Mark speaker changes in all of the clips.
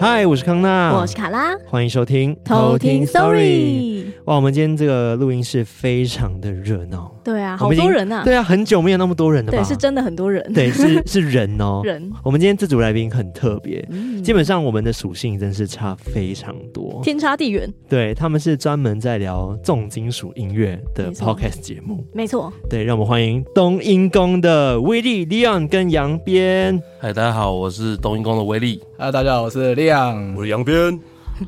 Speaker 1: 嗨，我是康纳，
Speaker 2: 我是卡拉，
Speaker 1: 欢迎收嗯听
Speaker 2: 偷听 Sorry。
Speaker 1: 哇，我们今天这个录音室非常的热闹，
Speaker 2: 对啊，
Speaker 1: 我
Speaker 2: 好
Speaker 1: 们已经
Speaker 2: 多人啊，
Speaker 1: 对啊，很久没有那么多人了吧？
Speaker 2: 对是真的很多人，
Speaker 1: 对，是是人哦。
Speaker 2: 人，
Speaker 1: 我们今天这组来宾很特别，
Speaker 2: 嗯
Speaker 1: 基本上我们的属性真是差非常多。
Speaker 2: 天差地远，
Speaker 1: 对，他们是专门在聊重金属音乐的
Speaker 2: 没错
Speaker 1: podcast 节目。
Speaker 2: 没错，
Speaker 1: 对，让我们欢迎东英宫的威利、Leon 跟杨 边。
Speaker 3: 嗨，大家好，我是东英宫的威力，
Speaker 4: 嗨，大家好，我是亮。
Speaker 3: 是杨边。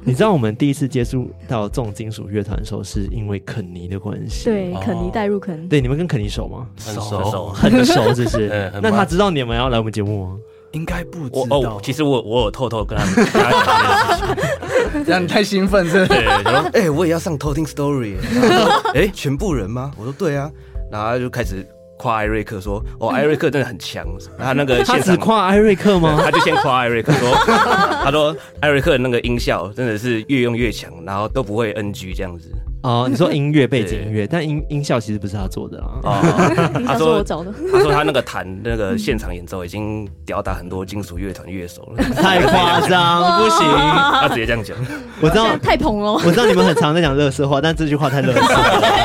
Speaker 1: 你知道我们第一次接触到重金属乐团的时候，是因为肯尼的关系。
Speaker 2: 对，
Speaker 3: 哦
Speaker 2: 肯尼带入肯，
Speaker 1: 对，你们跟肯尼熟吗？
Speaker 3: 很熟很熟
Speaker 1: 很熟，是不是
Speaker 3: 嗯？很
Speaker 1: 那他
Speaker 3: 棒
Speaker 1: 知道你们要来我们节目吗？
Speaker 4: 应该不
Speaker 5: 我
Speaker 4: 知道
Speaker 5: 哦，，其实我我有偷偷跟他们跟他们讲这件事 情，
Speaker 4: 让你太兴奋是不是？
Speaker 5: 对，然后
Speaker 6: 哎、我也要上偷听 story。然 后哎、全部人吗？我说对啊，然后他就开始夸艾瑞克说，哦，艾瑞克真的很强。他那个
Speaker 1: 他
Speaker 6: 现
Speaker 1: 只
Speaker 6: 场，
Speaker 1: 夸艾瑞克吗？
Speaker 6: 他就先夸艾瑞克说， 他说艾瑞克的那个音效真的是越用越强，然后都不会 NG 这样子。
Speaker 1: 哦，你说音乐背景
Speaker 6: 对
Speaker 1: 音乐，但音音效其实不是他做的啊啦。
Speaker 6: 哦，
Speaker 2: 你
Speaker 6: 他
Speaker 2: 想说
Speaker 6: 说
Speaker 2: 我。找的，
Speaker 6: 他说他那个弹那个现场演奏已经吊打很多金属乐团乐手了，
Speaker 1: 太夸 张，不行！
Speaker 6: 他直接这样讲。
Speaker 1: 我知
Speaker 2: 现
Speaker 1: 道
Speaker 2: 在，太捧 了哦，
Speaker 1: 我知道你们很常在讲乐色话，但这句话太乐色。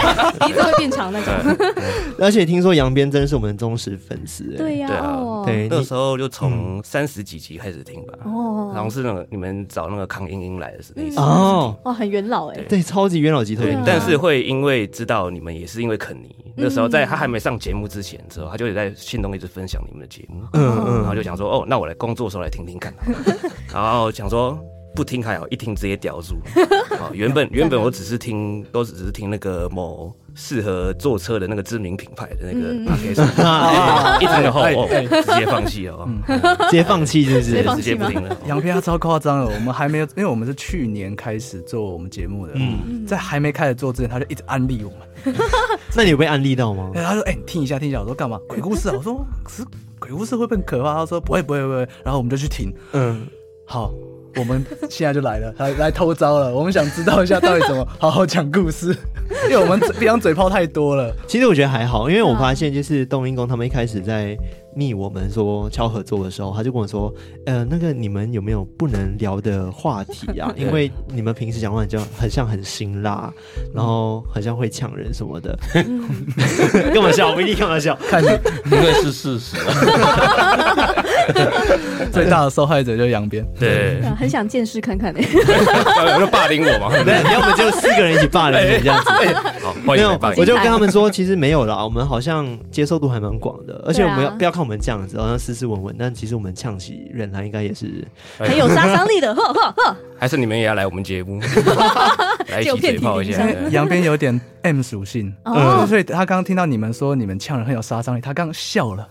Speaker 2: 鼻子会变长那种，
Speaker 1: 哎而且听说杨边真是我们的忠实粉丝，哎
Speaker 2: 对呀
Speaker 6: 对，啊
Speaker 2: 哦，
Speaker 1: 对，
Speaker 6: 那
Speaker 1: 你嗯
Speaker 6: 时候就从三十几集开始听吧，
Speaker 2: 哦，
Speaker 6: 然后是那个你们找那个康英英来的是那一次。
Speaker 1: 哦，
Speaker 2: 哇，很元老哎，
Speaker 1: 对，超级元老级特别
Speaker 2: 对啊
Speaker 6: 但是会因为知道你们也是因为肯
Speaker 1: 嗯
Speaker 6: 尼，那时候在他还没上节目之前，之后他就有在信东一直分享你们的节目，
Speaker 1: 嗯嗯
Speaker 6: 然后就想说，哦，那我来工作的时候来听听看， 然后想说。不听还好，一听直接叼住。哦，原本原本我只是听，都只是听那个某适合坐车的那个知名品牌的那个
Speaker 1: 嗯
Speaker 6: podcast，
Speaker 1: 啊
Speaker 6: 一听以后哦，直接放弃了哦，
Speaker 1: 直接放弃，是不
Speaker 2: 接
Speaker 1: 是
Speaker 2: 放？
Speaker 6: 直接不 听了。
Speaker 4: 杨片他超夸张了，我们还没有，因为我们是去年开始做我们节目的，嗯，在还没开始做之前，他就一直安利我们，
Speaker 1: 那你有被安利到吗？
Speaker 4: 哎，他说，哎、你听一下，听一下，我说干嘛？鬼故事啊，我说是鬼故事会不会很可怕？他说不会，不会，不会，然后我们就去听，
Speaker 1: 嗯，
Speaker 4: 好。我们现在就来了，来来偷招了。我们想知道一下到底怎么好好讲故事，因为我们平常嘴炮太多了。
Speaker 1: 其实我觉得还好，因
Speaker 6: 啊
Speaker 1: 为我发现就是冬阴功他们一开始在密我们说敲合作的时候，他就跟我说，呃，那个你们有没有不能聊的话题 啊？因为你们平时讲话就很像很辛辣，然后很像会呛人什么 的。 干嘛笑？我一定干嘛笑？
Speaker 4: 看
Speaker 3: 因为是事实，
Speaker 4: 最大的受害者就是杨边，
Speaker 6: 对，
Speaker 2: 对啊很想见识看看哎，
Speaker 6: 有人霸凌我 吗？
Speaker 1: 对，要么就四个人一起霸凌 你这样子。
Speaker 6: 哎好，欢
Speaker 1: 没
Speaker 6: 迎
Speaker 1: 有
Speaker 6: 来霸，凌
Speaker 1: 我。就跟他们说，其实没有啦，我们好像接受度还蛮广的，而且我们
Speaker 2: 对
Speaker 1: 要、
Speaker 2: 啊
Speaker 1: 不要看我们这样子，好像斯斯文文，但其实我们呛起人来应该也是
Speaker 2: 很有杀伤力的，哦呵呵呵，
Speaker 6: 还是你们也要来我们节 目，来一起嘴炮一下。
Speaker 4: 杨边有点 M 属性，
Speaker 2: 哦，
Speaker 4: 所以他刚刚听到你们说你们呛人很有杀伤力，他刚刚笑了，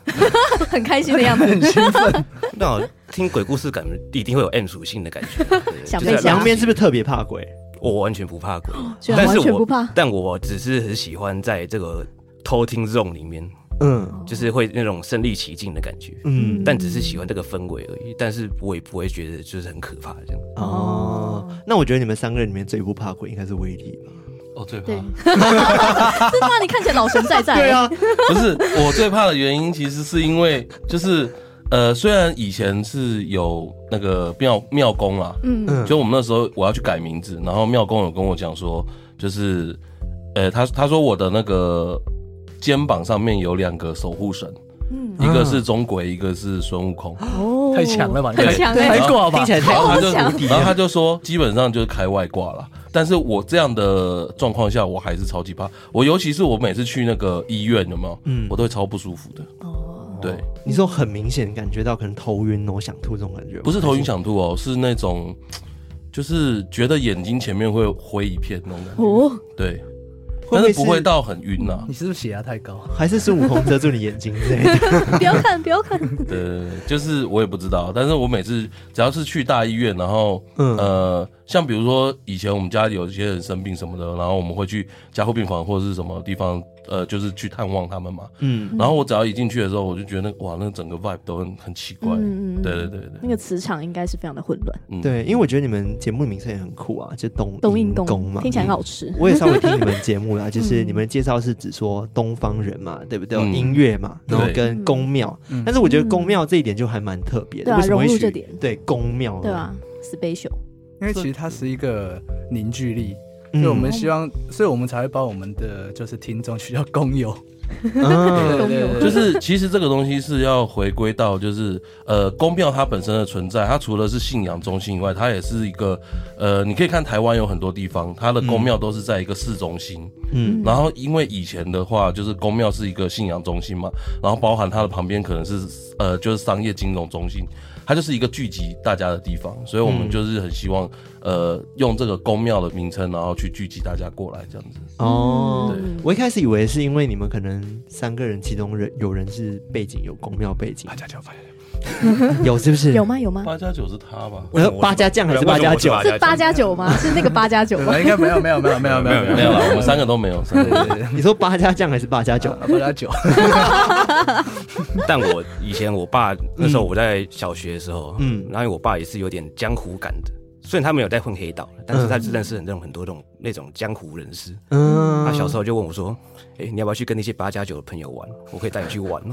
Speaker 2: 很开心的样子，
Speaker 4: 很兴奋。
Speaker 6: 那我啊听鬼故事感觉一定会有 M 属性的感觉， 对
Speaker 2: 想
Speaker 6: 就是
Speaker 2: 被吓
Speaker 1: 杨边是不是特别怕鬼？
Speaker 6: 我完全不怕 鬼，
Speaker 2: 居然完全不怕
Speaker 6: 但我只是很喜欢在这个偷听 zone 里面，
Speaker 1: 嗯
Speaker 6: 就是会那种身临其境的感觉。
Speaker 1: 嗯
Speaker 6: 但只是喜欢这个氛围而已，但是我也不会觉得就是很可怕这样。
Speaker 1: 哦，那我觉得你们三个人里面最不怕鬼应该是威力吧？
Speaker 3: 我哦最怕
Speaker 2: 对， 真的吗？你看起来老神在在，
Speaker 1: 对，啊，
Speaker 3: 不是我最怕的原因，其实是因为就是呃，虽然以前是有那个庙庙公啦，
Speaker 2: 嗯，
Speaker 3: 就我们那时候我要去改名字，然后庙公有跟我讲说，就是呃，他他说我的那个肩膀上面有两个守护神，一
Speaker 2: 嗯
Speaker 3: 个是钟馗，一个是孙 悟空。
Speaker 2: 哦，
Speaker 4: 太强了吧
Speaker 2: 很强
Speaker 4: 太
Speaker 2: 哎，
Speaker 4: 挂吧
Speaker 1: 听起？来太
Speaker 3: 然后他就，
Speaker 2: 好
Speaker 3: 然后他就说，基本上就是开外挂了。但是我这样的状况下，我还是超级怕。我尤其是我每次去那个医院，有没有？
Speaker 1: 嗯哦
Speaker 3: 我都会超不舒服的。对，
Speaker 1: 你说很明显感觉到可能头晕哦，想吐这种感觉吗，
Speaker 3: 不是头晕想吐哦，是那种，就是觉得眼睛前面会灰一片那种感觉。
Speaker 2: 哦，
Speaker 3: 对，
Speaker 1: 会
Speaker 3: 但
Speaker 1: 会
Speaker 3: 是
Speaker 1: 是
Speaker 3: 不会到很晕呐、啊
Speaker 4: 你是不是血压太高？
Speaker 1: 还是孙悟空遮住你眼睛之类 的？
Speaker 2: 不要看，不要看，
Speaker 3: 对，就是我也不知道，但是我每次只要是去大医院，然后、
Speaker 1: 嗯
Speaker 3: 呃，像比如说以前我们家有一些人生病什么的，然后我们会去加护病房或者是什么地方呃，就是去探望他们嘛。
Speaker 1: 嗯，
Speaker 3: 然后我只要一进去的时候，我就觉得那哇，那整个 vibe 都很很奇怪。
Speaker 2: 嗯嗯嗯
Speaker 3: 对对对对，
Speaker 2: 那个磁场应该是非常的混乱。
Speaker 3: 嗯，
Speaker 1: 对，因为我觉得你们节目名称也很酷啊，就东
Speaker 2: 冬阴
Speaker 1: 功
Speaker 2: 功
Speaker 1: 嘛，嗯
Speaker 2: 听起来很好嗯吃。
Speaker 1: 我也稍微听你们节目啦，就是你们介绍是指说东方人嘛，对不对？有
Speaker 3: 嗯
Speaker 1: 音乐嘛，然后
Speaker 3: 对
Speaker 1: 跟宫庙
Speaker 4: 嗯，
Speaker 1: 但是我觉得宫庙这一点就还蛮特别的，
Speaker 2: 对啊
Speaker 1: 为什么会
Speaker 2: 融入
Speaker 1: 取
Speaker 2: 这点
Speaker 1: 对宫庙？
Speaker 2: 对啊，special，
Speaker 4: 因为其实它是一个凝聚力，
Speaker 1: 嗯，
Speaker 4: 所以我们希望，所以我们才会把我们的就是听众取叫工友，
Speaker 1: 嗯
Speaker 4: 对对对，
Speaker 3: 就是其实这个东西是要回归到，就是呃，宫庙它本身的存在，它除了是信仰中心以外，它也是一个呃，你可以看台湾有很多地方，它的宫庙都是在一个市中心。
Speaker 1: 嗯
Speaker 3: 然后因为以前的话，就是宫庙是一个信仰中心嘛，然后包含它的旁边可能是呃，就是商业金融中心。它就是一个聚集大家的地方，所以我们就是很希望，呃，用这个宫庙的名称，然后去聚集大家过来这样子。嗯
Speaker 1: 哦
Speaker 2: 对，
Speaker 1: 我一开始以为是因为你们可能三个人其中人有人是背景有宫庙背景
Speaker 4: 八，加九八加九，
Speaker 1: 有是不是？
Speaker 2: 有吗？有吗？
Speaker 3: 八加九是他吧？
Speaker 5: 为什么我是
Speaker 1: 八加酱还是
Speaker 5: 为
Speaker 1: 八
Speaker 5: 什么
Speaker 1: 加
Speaker 5: 我是
Speaker 1: 九？
Speaker 2: 是八加 九吗？是那个八加九
Speaker 4: 对
Speaker 2: 吗
Speaker 4: 吧？？应该没有没有没有没有没有
Speaker 3: 没有啦，我们三个都没有。三个
Speaker 4: 对 对对对
Speaker 1: 你说八加酱还是八加九？
Speaker 4: 八加九，
Speaker 6: 但我以前我爸那时候我在小学的时候，
Speaker 1: 嗯
Speaker 6: 嗯，然后我爸也是有点江湖感的，虽然他没有在混黑道，但是他是认识很多很多这种那种江湖人士。
Speaker 1: 嗯，
Speaker 6: 他小时候就问我说：“哎、你要不要去跟那些八加九的朋友玩？我可以带你去玩哦。”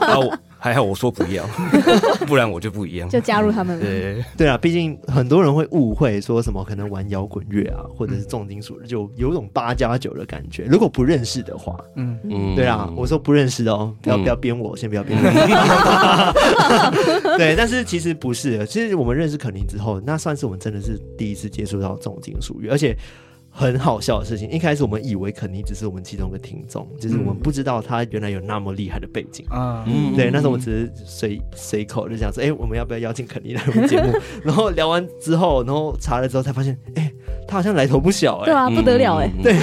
Speaker 6: 然后我还好我说不要， 不然我就不一样。
Speaker 2: 就加入他们了。
Speaker 6: 对，
Speaker 1: 对啊，毕竟很多人会误会说什么可能玩摇滚乐啊，或者是重金属，就有种八加九的感觉。如果不认识的话，
Speaker 4: 嗯，
Speaker 3: 嗯
Speaker 1: 对啊，我说不认识的哦，不要
Speaker 3: 嗯
Speaker 1: 不要编我，先不要 编我。对，但是其实不是的，其实我们认识肯尼之后，那算是我们真的是第一次接触到重金属乐，而且。很好笑的事情，一开始我们以为肯尼只是我们其中一个听众，就是我们不知道他原来有那么厉害的背景。
Speaker 4: 啊，
Speaker 3: 嗯
Speaker 1: 对，那时候我只是随随口就想说，哎、我们要不要邀请肯尼来我们 节目？然后聊完之后，然后查了之后才发现，哎、他好像来头不小、
Speaker 2: 对
Speaker 1: 哎、
Speaker 2: 啊，不得了哎！
Speaker 3: 对，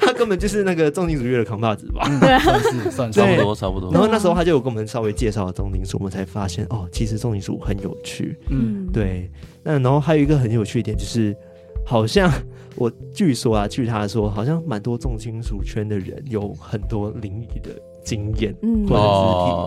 Speaker 1: 他根本就是那个重金属乐的扛把子吧。
Speaker 4: 算是算是
Speaker 3: 差不多差不多。
Speaker 1: 哦然后那时候他就有跟我们稍微介绍了重金属，我们才发现哦，其实重金属很有趣。
Speaker 4: 嗯，
Speaker 1: 对，那然后还有一个很有趣的点就是，好像我据说啊，据他说，好像蛮多重金属圈的人有很多灵异的经验
Speaker 2: 嗯
Speaker 1: 或者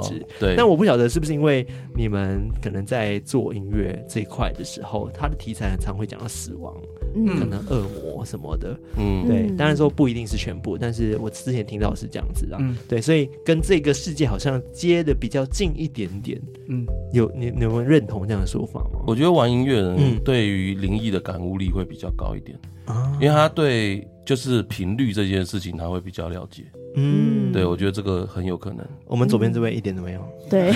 Speaker 1: 是体质。
Speaker 3: 哦对，
Speaker 1: 但我不晓得是不是因为你们可能在做音乐这一块的时候，它的题材很常会讲到死亡，可
Speaker 2: 嗯
Speaker 1: 能恶魔什么的。
Speaker 3: 嗯
Speaker 1: 对，
Speaker 2: 嗯
Speaker 1: 当然说不一定是全部，但是我之前听到是这样子啊。
Speaker 4: 嗯
Speaker 1: 对，所以跟这个世界好像接的比较近一点点。
Speaker 4: 嗯，
Speaker 1: 有你你们认同这样的说法吗？
Speaker 3: 我觉得玩音乐的
Speaker 1: 嗯
Speaker 3: 人对于灵异的感悟力会比较高一点，
Speaker 1: 啊
Speaker 3: 因为他对就是频率这件事情他会比较了解。
Speaker 1: 嗯，
Speaker 3: 对，我觉得这个很有可能。
Speaker 1: 我们左边这位一点都没有。
Speaker 2: 对，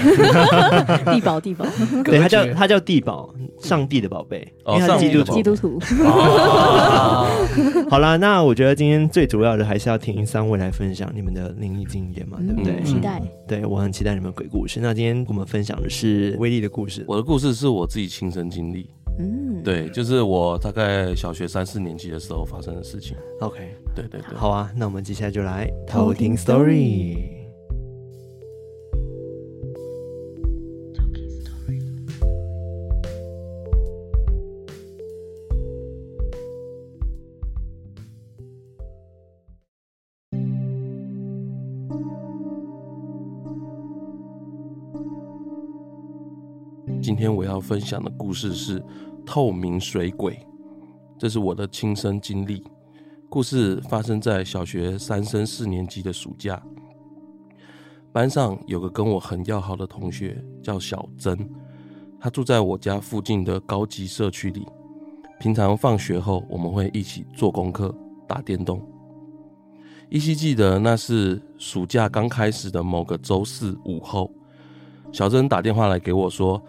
Speaker 2: 地堡地堡，
Speaker 1: 对，他叫
Speaker 2: 哦
Speaker 4: 隔绝
Speaker 1: 他叫地宝，上帝的宝贝，
Speaker 3: 哦
Speaker 1: 因为他是基督
Speaker 3: 上
Speaker 1: 徒
Speaker 2: 基。
Speaker 3: 帝的宝贝
Speaker 2: 督徒，
Speaker 1: 好啦，那我觉得今天最主要的还是要听三位来分享你们的灵异经验嘛，对不对？
Speaker 2: 嗯
Speaker 1: 嗯
Speaker 2: 期待。
Speaker 1: 对我很期待你们的鬼故事。那今天我们分享的是威力的故事。
Speaker 3: 我的故事是我自己亲身经历，
Speaker 2: 嗯，
Speaker 3: 对，就是我大概小学三四年级的时候发生的事情。
Speaker 1: OK，
Speaker 3: 对对对，
Speaker 1: 好啊，那我们接下来就来偷
Speaker 2: 偷
Speaker 1: 听
Speaker 2: 听
Speaker 1: story。
Speaker 3: 今天我要分享的故事是《透明水鬼》，这是我的亲身经历。故事发生在小学三升四年级的暑假，班上有个跟我很要好的同学叫小珍，她住在我家附近的高级社区里。平常放学后，我们会一起做功课、打电动。依稀记得那是暑假刚开始的某个周四午后，小珍打电话来给我说：“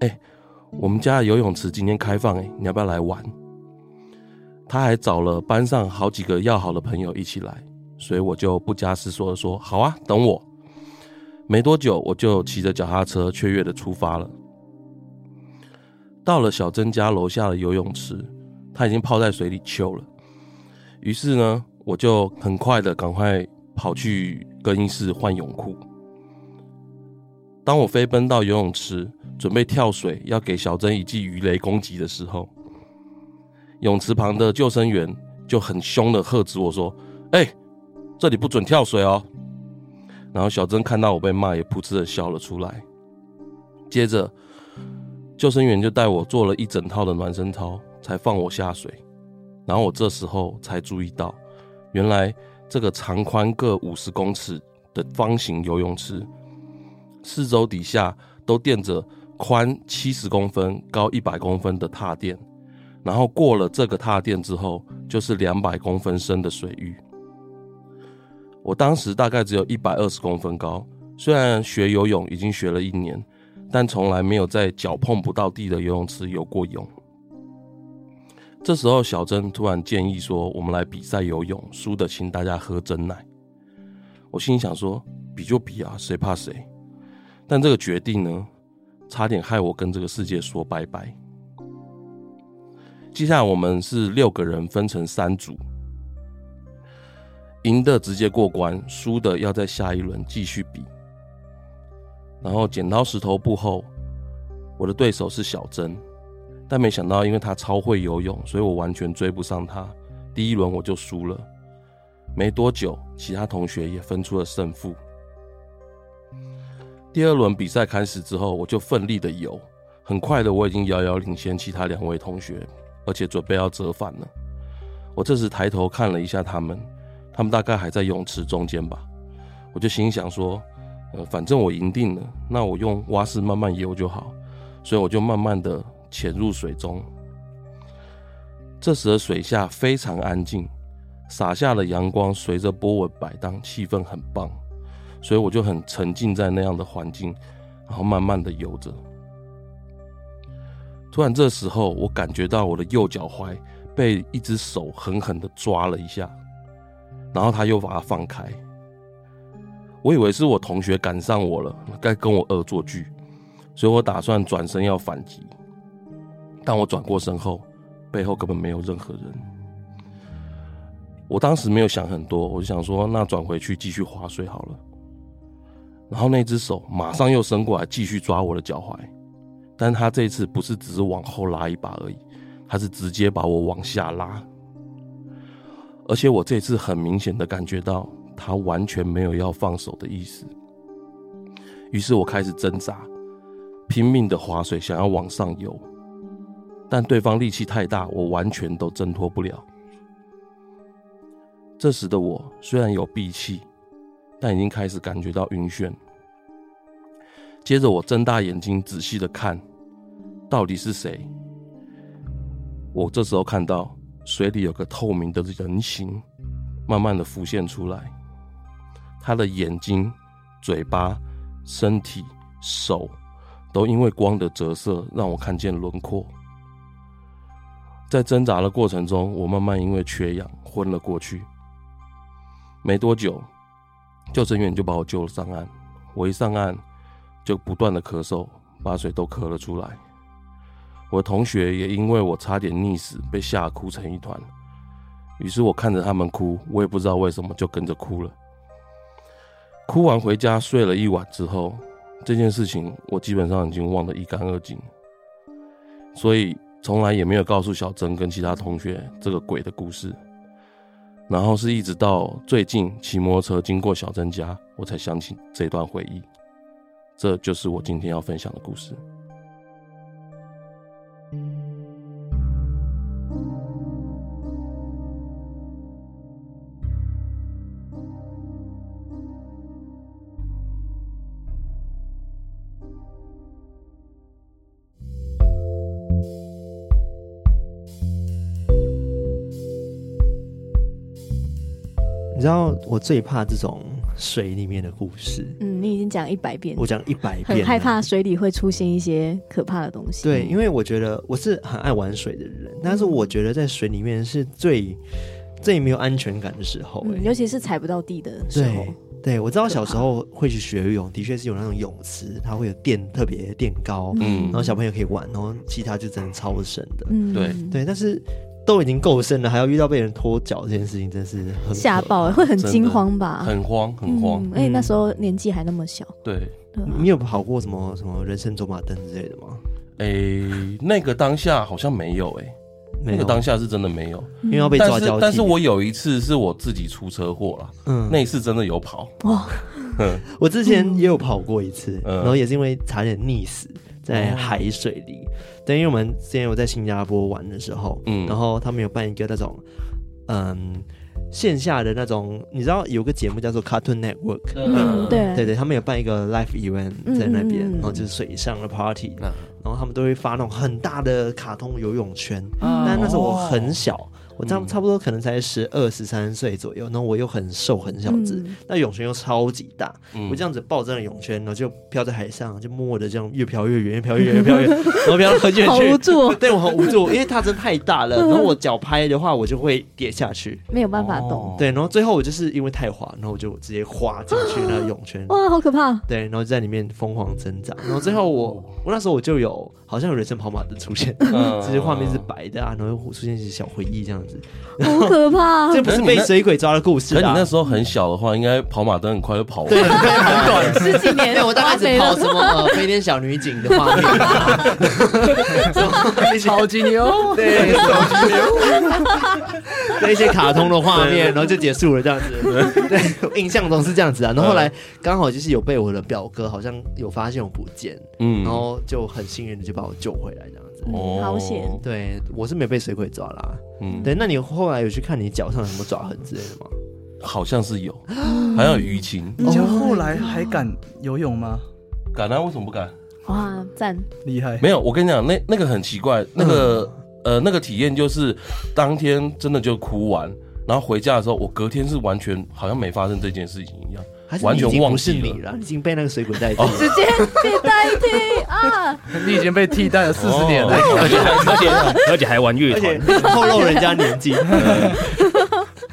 Speaker 3: 哎、我们家的游泳池今天开放、哎，你要不要来玩？”她还找了班上好几个要好的朋友一起来，所以我就不加思索的说：“好啊，等我。”没多久，我就骑着脚踏车雀跃的出发了。到了小珍家楼下的游泳池，她已经泡在水里秋了。于是呢，我就很快的赶快跑去更衣室换泳裤。当我飞奔到游泳池，准备跳水，要给小珍一记鱼雷攻击的时候，泳池旁的救生员就很凶的喝止我说：“哎、这里不准跳水哦。”然后小珍看到我被骂，也噗嗤的笑了出来。接着，救生员就带我做了一整套的暖身操，才放我下水。然后我这时候才注意到，原来这个长宽各五十公尺的方形游泳池，四周底下都垫着宽七十公分、高一百公分的踏垫。然后过了这个踏垫之后，就是两百公分深的水域。我当时大概只有一百二十公分高，虽然学游泳已经学了一年，但从来没有在脚碰不到地的游泳池游过泳。这时候，小珍突然建议说：“我们来比赛游泳，输的请大家喝真奶。”我心里想说：“比就比啊，谁怕谁？”但这个决定呢，差点害我跟这个世界说拜拜。接下来我们是六个人分成三组，赢的直接过关，输的要在下一轮继续比。然后剪刀石头布后，我的对手是小珍，但没想到因为她超会游泳，所以我完全追不上她。第一轮我就输了，没多久其他同学也分出了胜负。第二轮比赛开始之后，我就奋力的游，很快的我已经遥遥领先其他两位同学，而且准备要折返了。我这时抬头看了一下他们，他们大概还在泳池中间吧。我就心想说，呃，反正我赢定了，那我用蛙式慢慢游就好。所以我就慢慢的潜入水中。这时的水下非常安静，洒下的阳光随着波纹摆荡，气氛很棒。所以我就很沉浸在那样的环境，然后慢慢的游着。突然，这时候我感觉到我的右脚踝被一只手狠狠的抓了一下，然后他又把它放开。我以为是我同学赶上我了，该跟我恶作剧，所以我打算转身要反击。但我转过身后，背后根本没有任何人。我当时没有想很多，我就想说，那转回去继续划水好了。然后那只手马上又伸过来，继续抓我的脚踝。但他这次不是只是往后拉一把而已，他是直接把我往下拉。而且我这次很明显的感觉到他完全没有要放手的意思。于是我开始挣扎，拼命的划水，想要往上游，但对方力气太大，我完全都挣脱不了。这时的我虽然有闭气，但已经开始感觉到晕眩。接着我睁大眼睛，仔细的看，到底是谁？我这时候看到水里有个透明的人形，慢慢的浮现出来。他的眼睛、嘴巴、身体、手，都因为光的折射，让我看见轮廓。在挣扎的过程中，我慢慢因为缺氧昏了过去。没多久，救生员就把我救了上岸。我一上岸，就不断的咳嗽，把水都咳了出来。我的同学也因为我差点溺死，被吓哭成一团。于是我看着他们哭，我也不知道为什么就跟着哭了。哭完回家睡了一晚之后，这件事情我基本上已经忘得一干二净，所以从来也没有告诉小珍跟其他同学这个鬼的故事。然后是一直到最近骑摩托车经过小珍家，我才想起这段回忆。这就是我今天要分享的故事。
Speaker 1: 你知道我最怕这种水里面的故事，
Speaker 2: 嗯，你已经讲一百遍，
Speaker 1: 我讲一百遍，啊
Speaker 2: 很害怕。水里会出现一些可怕的东西。
Speaker 1: 对，因为我觉得我是很爱玩水的人，
Speaker 2: 嗯
Speaker 1: 但是我觉得在水里面是最最没有安全感的时候、欸。
Speaker 2: 嗯，尤其是踩不到地的时候
Speaker 1: 对，对，我知道小时候会去学游泳，的确是有那种泳池，它会有垫特别垫高，哦
Speaker 3: 嗯
Speaker 1: 然后小朋友可以玩，然后其他就真的超深的。
Speaker 2: 嗯，
Speaker 3: 对
Speaker 1: 对，但是都已经够深了，还要遇到被人拖脚这件事情，真是很可
Speaker 2: 吓爆，会很
Speaker 3: 真的
Speaker 2: 惊慌吧？
Speaker 3: 很慌，很慌。
Speaker 2: 啊嗯，而且那时候年纪还那么小，
Speaker 3: 对，
Speaker 2: 对吧
Speaker 1: 你有跑过什么什么人生走马灯之类的吗？
Speaker 3: 诶、那个当下好像没有诶、
Speaker 1: 没
Speaker 3: 那个
Speaker 1: 有，
Speaker 3: 当下是真的没有。
Speaker 1: 因
Speaker 2: 嗯
Speaker 1: 为要被抓
Speaker 3: 但是
Speaker 1: 交替。
Speaker 3: 但是我有一次是我自己出车祸了，
Speaker 1: 嗯，
Speaker 3: 那一次真的 有跑，
Speaker 2: 哇，
Speaker 1: 我之前也有跑过一次，
Speaker 3: 嗯
Speaker 1: 然后也是因为差点溺死在海水里。对，因为我们之前有在新加坡玩的时候，
Speaker 3: 嗯
Speaker 1: 然后他们有办一个那种，嗯，线下的那种，你知道有个节目叫做 Cartoon Network，、
Speaker 2: 嗯，对，
Speaker 1: 呃对对，他们有办一个 live event 在那边，
Speaker 2: 嗯嗯嗯
Speaker 1: 然后就是水上的 party，、
Speaker 6: 嗯
Speaker 1: 然后他们都会发那种很大的卡通游泳圈，
Speaker 2: 哦
Speaker 4: 啊
Speaker 1: 但那时候我很小，我差
Speaker 3: 嗯
Speaker 1: 差不多可能才十二十三岁左右，然后我又很瘦很小只，
Speaker 2: 嗯
Speaker 1: 那泳圈又超级大，
Speaker 3: 嗯
Speaker 1: 我这样子抱着那泳圈，然后就飘在海上，就默默的这样越飘越远，越飘越远，越飘越远，然后飘到很 远去，
Speaker 2: 嗯好无助哦
Speaker 1: 对我很无助，因为它真的太大 了，然后我脚拍的话，我就会跌下去。
Speaker 2: 没有办法
Speaker 1: 哦
Speaker 3: 哦
Speaker 2: 动，
Speaker 1: 对，然后最后我就是因为太滑，然后我就直接滑进去那个泳圈，
Speaker 2: 哇，好可怕，
Speaker 1: 对，然后在里面疯狂挣扎，然后最后我我那时候我就有好像有人生跑马灯出现，
Speaker 3: 哦嗯
Speaker 1: 这些画面是白的啊，然后又出现一些小回忆这样子，
Speaker 2: 好可 怕，
Speaker 1: 这不是被水鬼抓的故事
Speaker 3: 可你
Speaker 1: 啊。
Speaker 3: 那时候很小的话，应该跑马灯很快就跑完。
Speaker 1: 对，很短。
Speaker 2: 十几年，
Speaker 1: 对，我大概只跑什么呃飞天小女警的画面啊，
Speaker 4: 超级牛，
Speaker 1: 对，那一些卡通的画面，然后就结束了这样子。对，我印象中是这样子啊。然后后来刚好就是有被我的表哥好像有发现我不见，
Speaker 3: 嗯哦
Speaker 1: 然后就很幸运的就把我救回来这样子。
Speaker 2: 嗯哦好险，
Speaker 1: 对，我是没被水鬼抓啦。
Speaker 3: 嗯，
Speaker 1: 对，那你后来有去看你脚上有什么爪痕之类的吗？
Speaker 3: 好像是有， 好像有淤青。
Speaker 4: 你讲后来还敢游泳吗？
Speaker 3: 敢啊？为什么不敢？
Speaker 2: 哇，赞，
Speaker 4: 厉害，
Speaker 3: 没有，我跟你讲，那那个很奇怪，那个、呃，那个体验就是当天真的就哭完，然后回家的时候，我隔天是完全好像没发生这件事情一样，
Speaker 1: 还是
Speaker 3: 完
Speaker 1: 你已
Speaker 3: 全
Speaker 1: 经
Speaker 3: 忘
Speaker 1: 不是
Speaker 3: 记
Speaker 1: 你了，你已经被那个水鬼带走了。
Speaker 2: 直接被代 替啊，
Speaker 4: 你已经被替代了四十年了。
Speaker 3: 哦
Speaker 5: 而且而且而且还玩乐
Speaker 1: 而且
Speaker 5: 团，
Speaker 1: 透露人家年纪，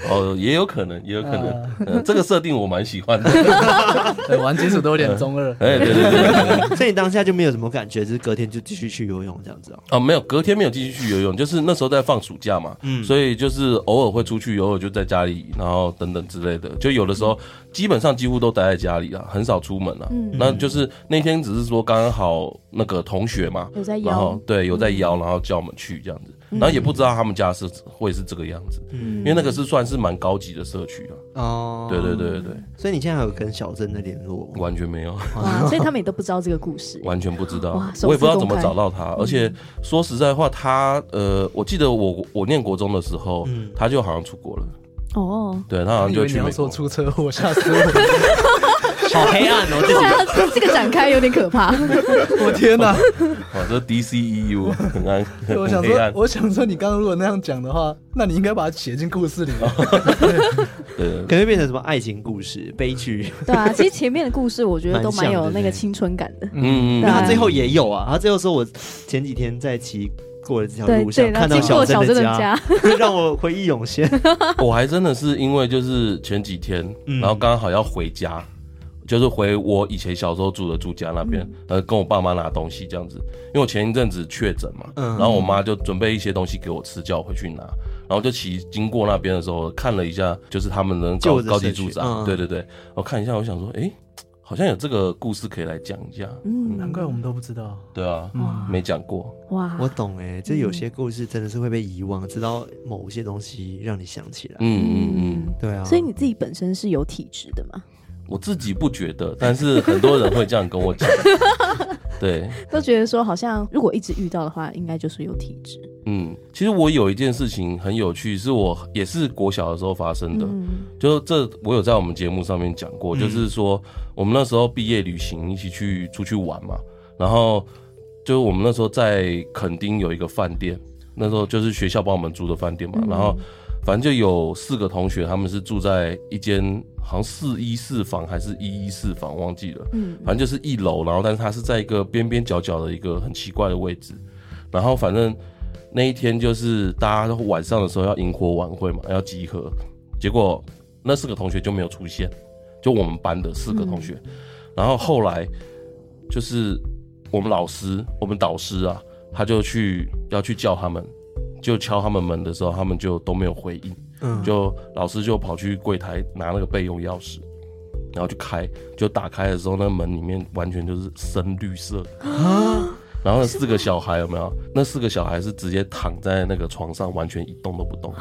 Speaker 3: 哦，也有可能，也有可能，
Speaker 4: 啊
Speaker 3: 呃、这个设定我蛮喜欢的。
Speaker 4: 对，玩金属都有点中二。
Speaker 3: 哎，对对对对 对，
Speaker 1: 所以你当下就没有什么感觉，只是隔天就继续去游泳这样子哦。
Speaker 3: 哦，没有，隔天没有继续去游泳，就是那时候在放暑假嘛，
Speaker 1: 嗯
Speaker 3: 所以就是偶尔会出去游泳，就在家里，然后等等之类的，就有的时候基本上几乎都待在家里啊，很少出门啊。
Speaker 2: 嗯，
Speaker 3: 那就是那天只是说刚刚好那个同学嘛，
Speaker 2: 有在
Speaker 3: 然
Speaker 2: 摇
Speaker 3: 后，对有在
Speaker 4: 嗯
Speaker 3: 邀，然后叫我们去这样子，然后也不知道他们家是会是这个样子，
Speaker 2: 嗯
Speaker 3: 因为那个
Speaker 4: 嗯
Speaker 3: 是算是蛮高级的社区啊。
Speaker 1: 哦，
Speaker 3: 对对对对对，
Speaker 1: 所以你现在还有跟小珍的联络？
Speaker 4: 哦
Speaker 3: 完全没有，
Speaker 2: 哇，所以他们也都不知道这个 故事，
Speaker 3: 完全不知道
Speaker 2: 哇，首次
Speaker 3: 我也不知道怎
Speaker 2: 公
Speaker 3: 么
Speaker 2: 开
Speaker 3: 找到他。而且
Speaker 4: 嗯
Speaker 3: 说实在话，他呃，我记得我我念国中的时候，
Speaker 4: 嗯
Speaker 3: 他就好像出国了，
Speaker 2: 哦，
Speaker 3: 对他
Speaker 4: 我
Speaker 3: 好像
Speaker 4: 以
Speaker 3: 就
Speaker 4: 为你
Speaker 3: 去
Speaker 4: 要
Speaker 3: 美
Speaker 4: 说
Speaker 3: 国。
Speaker 4: 出车祸，吓死我！
Speaker 1: 好黑暗
Speaker 6: 嗯
Speaker 1: 哦，
Speaker 2: 对啊， 这个展开有点 可怕，
Speaker 4: 我天 哪！
Speaker 3: 哇，这 DCEU 很暗，
Speaker 4: 对我
Speaker 3: 很
Speaker 4: 想
Speaker 3: 黑
Speaker 4: 说
Speaker 3: 暗，。
Speaker 4: 我想说，你刚刚如果那样讲的话，那你应该把它写进故事里 吧？
Speaker 3: 对，嗯
Speaker 1: 可能会变成什么爱情故事、悲 剧？
Speaker 2: 对啊，其实前面的故事我觉得都蛮
Speaker 1: 蛮像
Speaker 2: 有
Speaker 1: 的
Speaker 2: 那个
Speaker 1: 对
Speaker 2: 青春感的，
Speaker 3: 嗯
Speaker 2: 对
Speaker 1: 那
Speaker 2: 啊
Speaker 1: 他最后也有啊，他最后说我前几天在骑过的这条
Speaker 2: 对
Speaker 1: 路
Speaker 2: 对，
Speaker 1: 上
Speaker 2: 然
Speaker 1: 看
Speaker 2: 后
Speaker 1: 到
Speaker 2: 经过小
Speaker 1: 珍
Speaker 2: 镇的
Speaker 1: 家，
Speaker 2: 家，
Speaker 1: 让我回忆涌 现。
Speaker 3: 我还真的是因为就是前几天，
Speaker 1: 嗯
Speaker 3: 然后刚好要回家，就是回我以前小时候住的住家那边，
Speaker 1: 嗯
Speaker 3: 呃，跟我爸妈拿东西这样子。因为我前一阵子确诊嘛，
Speaker 1: 嗯
Speaker 3: 然后我妈就准备一些东西给我吃，叫我回去拿。然后就骑经过那边的时候，看了一下，就是他们的高
Speaker 1: 旧的
Speaker 3: 高级
Speaker 1: 社区
Speaker 3: 住宅，
Speaker 1: 嗯
Speaker 3: 对对对，我看一下，我想说，诶，好像有这个故事可以来讲一下，
Speaker 2: 嗯，
Speaker 4: 难怪我们都不知 道。
Speaker 3: 对啊，
Speaker 2: 哇
Speaker 3: 没讲过，
Speaker 2: 哇，
Speaker 1: 我懂哎、就有
Speaker 2: 嗯
Speaker 1: 些故事真的是会被遗忘，直到某些东西让你想起来。
Speaker 3: 嗯嗯嗯，
Speaker 1: 对啊，
Speaker 2: 所以你自己本身是有体质的嘛，
Speaker 3: 我自己不觉得，但是很多人会这样跟 我讲，对，
Speaker 2: 都觉得说好像如果一直遇到的话，应该就是有体质，
Speaker 3: 嗯，其实我有一件事情很有趣，是我也是国小的时候发生的，
Speaker 2: 嗯，
Speaker 3: 就是这我有在我们节目上面讲过，就是说我们那时候毕业旅行一起去出去玩嘛，然后就是我们那时候在垦丁有一个饭店，那时候就是学校帮我们租的饭店嘛，然后反正就有四个同学，他们是住在一间好像四一四房还是一一四房忘记了，
Speaker 2: 嗯
Speaker 3: 反正就是一楼，然后但是它是在一个边边角角的一个很奇怪的位置，然后反正那一天就是大家晚上的时候要萤火晚会嘛，要集合，结果那四个同学就没有出现，就我们班的四个同学，然后后来就是我们老师，我们导师啊，他就去要去叫他们，就敲他们门的时候，他们就都没有回应，
Speaker 1: 嗯
Speaker 3: 就老师就跑去柜台拿那个备用钥匙，然后就开，就打开的时候，那门里面完全就是深绿色的，然后那四个小孩有没有？那四个小孩是直接躺在那个床上，完全一动都不动。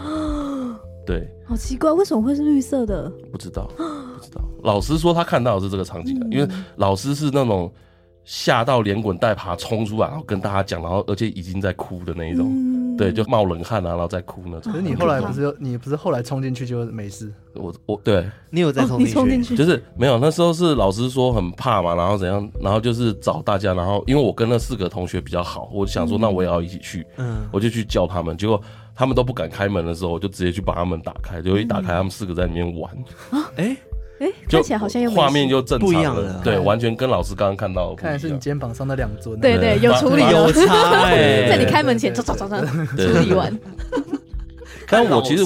Speaker 3: 对，
Speaker 2: 好奇怪，为什么会是绿色的？
Speaker 3: 不知道，不知道。老师说他看到的是这个场景啊，因为老师是那种吓到连滚带爬冲出来，然后跟大家讲，然后而且已经在哭的那一种，
Speaker 2: 嗯，
Speaker 3: 对，就冒冷汗啊，然后在哭那种。
Speaker 4: 可是你后来不是有你不是后来冲进去就没事？
Speaker 3: 我我对，
Speaker 1: 你有在
Speaker 2: 哦，
Speaker 1: 冲
Speaker 2: 你
Speaker 1: 进去？
Speaker 2: 冲进去，
Speaker 3: 就是没有，那时候是老师说很怕嘛，然后怎样，然后就是找大家，然后因为我跟那四个同学比较好，我想说那我也要一起去，
Speaker 1: 嗯，
Speaker 3: 我就去叫他们，结果他们都不敢开门的时候，我就直接去把他们打开，结果一打开，他们四个在里面玩，
Speaker 1: 哎，
Speaker 2: 哎，
Speaker 3: 就
Speaker 2: 看起来好像又没
Speaker 3: 画
Speaker 2: 事
Speaker 3: 面就正常
Speaker 1: 不一样了
Speaker 3: 对，完全跟老师刚刚看到的不
Speaker 4: 看来是
Speaker 3: 一
Speaker 4: 你
Speaker 3: 样。
Speaker 4: 肩膀上那两尊、啊。
Speaker 2: 对对，有
Speaker 3: 把
Speaker 2: 处 理
Speaker 3: 把
Speaker 2: 了
Speaker 1: 有，差
Speaker 3: 对
Speaker 2: 在
Speaker 1: 哎
Speaker 2: 你开门前，
Speaker 4: 对
Speaker 2: 走走走走，
Speaker 3: 对
Speaker 2: 处理完。
Speaker 3: 但我其实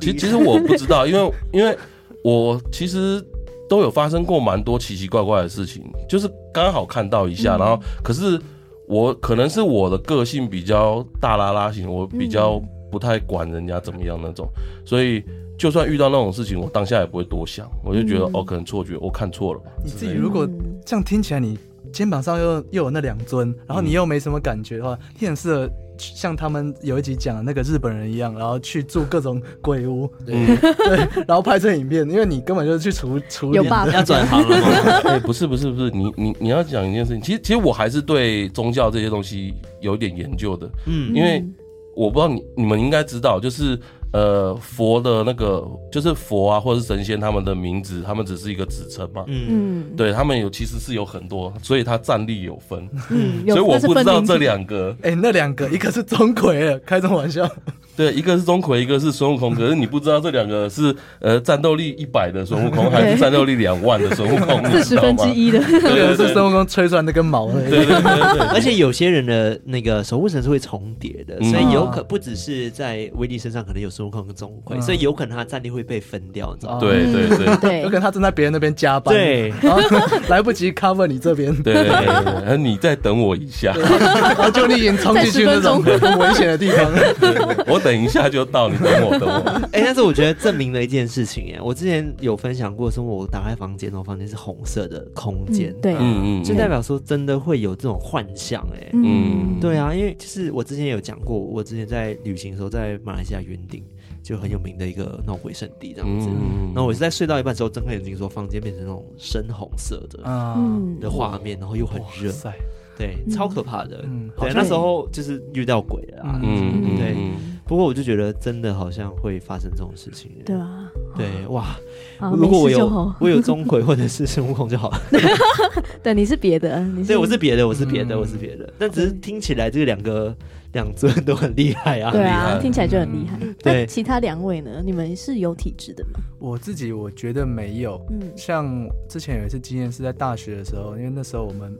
Speaker 3: 其实其实我不知道，因为因为我其实都有发生过蛮多奇奇怪怪的事情，就是刚好看到一
Speaker 2: 嗯
Speaker 3: 下，然后可是我可能是我的个性比较大拉拉型，我比较不太管人家怎么样那种，所以。就算遇到那种事情，我当下也不会多想，我就觉得、
Speaker 2: 嗯
Speaker 3: 哦，可能错觉，我看错了吧。
Speaker 4: 你自己如果
Speaker 2: 嗯
Speaker 4: 这样听起来，你肩膀上又又有那两尊，然
Speaker 3: 嗯
Speaker 4: 后你又没什么感觉的话，你很适合像他们有一集讲的那个日本人一样，然后去住各种鬼屋，
Speaker 3: 嗯，
Speaker 4: 对，然后拍这影片，因为你根本就是去处处理
Speaker 2: 有 bug，
Speaker 1: 要转行了吗？
Speaker 3: 哎、不是不是不是，你你你要讲一件事情，其实其实我还是对宗教这些东西有点研究的，
Speaker 1: 嗯，
Speaker 3: 因为我不知道你你们应该知道，就是呃佛的那个就是佛啊，或者是神仙他们的名字，他们只是一个指称嘛。
Speaker 1: 嗯，
Speaker 2: 嗯
Speaker 3: 对他们有其实是有很多，所以它战力有分，
Speaker 2: 嗯，有
Speaker 3: 所以我
Speaker 2: 那是
Speaker 3: 不知
Speaker 2: 分
Speaker 3: 道
Speaker 2: 明
Speaker 3: 这
Speaker 2: 体
Speaker 3: 两个，
Speaker 4: 哎、那两个一个是钟馗了，开什么玩笑？
Speaker 3: 对，一个是钟馗，一个是孙悟空，可是你不知道这两个是呃战斗力一百的孙悟空，还是战斗力两万的孙悟 空，
Speaker 2: 四十分之一的，
Speaker 3: 你知道 吗，
Speaker 4: 那
Speaker 3: 对
Speaker 4: 个
Speaker 3: 对对
Speaker 4: 是孙悟空吹出来那根毛那
Speaker 3: 对
Speaker 4: 个，
Speaker 3: 对对对，
Speaker 1: 而且有些人的那个守护神是会重叠的，
Speaker 3: 嗯
Speaker 1: 所以有可不只是在威力身上可能有孙悟空跟钟馗，
Speaker 4: 嗯
Speaker 1: 所以有可能他战力会被分掉，你知道吗？
Speaker 3: 对对对对
Speaker 2: 对
Speaker 4: 有可能他正在别人那边加班，，
Speaker 1: 对，
Speaker 4: 然后来不及 cover 你这边，
Speaker 3: 对，然后你再等我一下，
Speaker 4: 然后就你已经冲进去那种很危险的地 方，
Speaker 3: 我等一下就到，你等我等我，
Speaker 1: 哎、但是我觉得证明了一件事情，哎，我之前有分享过，说我打开房间，然后房间是红色的空间、
Speaker 2: 嗯对
Speaker 3: 嗯嗯，
Speaker 1: 就代表说真的会有这种幻象，哎、
Speaker 3: 嗯
Speaker 1: 对啊，因为就是我之前有讲过，我之前在旅行的时候，在马来西亚云顶就很有名的一个那种鬼圣地这样子。
Speaker 3: 嗯
Speaker 1: 然后我是在睡到一半的时候睁开眼睛，说房间变成那种深红色的
Speaker 4: 啊，
Speaker 2: 嗯
Speaker 1: 的画面，然后又很热，
Speaker 4: 塞，
Speaker 1: 对，超可怕的。
Speaker 4: 嗯
Speaker 1: 对，那时候就是遇到鬼了啊。
Speaker 3: 嗯
Speaker 1: 对
Speaker 3: 嗯
Speaker 1: 不过我就觉得真的好像会发生这种事情。
Speaker 2: 对啊，
Speaker 1: 对，哇！
Speaker 2: 啊
Speaker 1: 如果我
Speaker 2: 没事就
Speaker 1: 有
Speaker 2: 好。
Speaker 1: 我有钟馗或者是孙悟空就好了。
Speaker 2: 对，你是别的，你
Speaker 1: 对，
Speaker 2: 是
Speaker 1: 我是别的，我是别的，
Speaker 4: 嗯
Speaker 1: 我是别的。但只是听起来这两个两尊都很厉害啊。
Speaker 2: 对
Speaker 3: 厉
Speaker 2: 啊，
Speaker 3: 害
Speaker 2: 听起来就很厉害。
Speaker 4: 嗯
Speaker 1: 对
Speaker 2: 那其他两位呢？你们是有体质的吗？
Speaker 4: 我自己我觉得没有，
Speaker 2: 嗯
Speaker 4: 像之前有一次经验是在大学的时候，因为那时候我们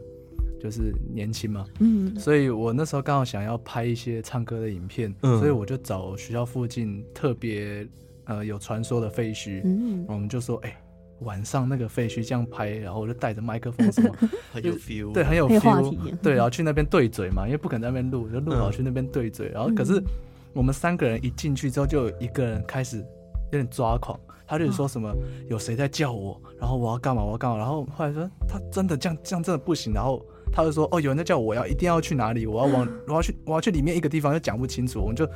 Speaker 4: 就是年轻嘛，
Speaker 2: 嗯
Speaker 4: 所以我那时候刚好想要拍一些唱歌的影片，
Speaker 1: 嗯
Speaker 4: 所以我就找学校附近特别呃有传说的废墟，
Speaker 2: 嗯，
Speaker 4: 我们就说，哎、晚上那个废墟这样拍，然后我就带着麦克风什么，
Speaker 1: 很有 feel。
Speaker 4: 对，很有
Speaker 2: 很有话
Speaker 4: feel，
Speaker 2: 题
Speaker 4: 对，然后去那边对嘴嘛，因为不可能在那边录，就录
Speaker 1: 嗯
Speaker 4: 好去那边对嘴，然后可是
Speaker 2: 嗯
Speaker 4: 我们三个人一进去之后，就有一个人开始有点抓狂。他
Speaker 2: 嗯
Speaker 4: 就说什么有谁在叫我，然后我要干嘛，我要干嘛，然后后来说他真的这样这样真的不行，然后他就说哦有人在叫我，我要一定要去哪里，我 要往我要去我要去里面一个地方，就讲不清楚，我们就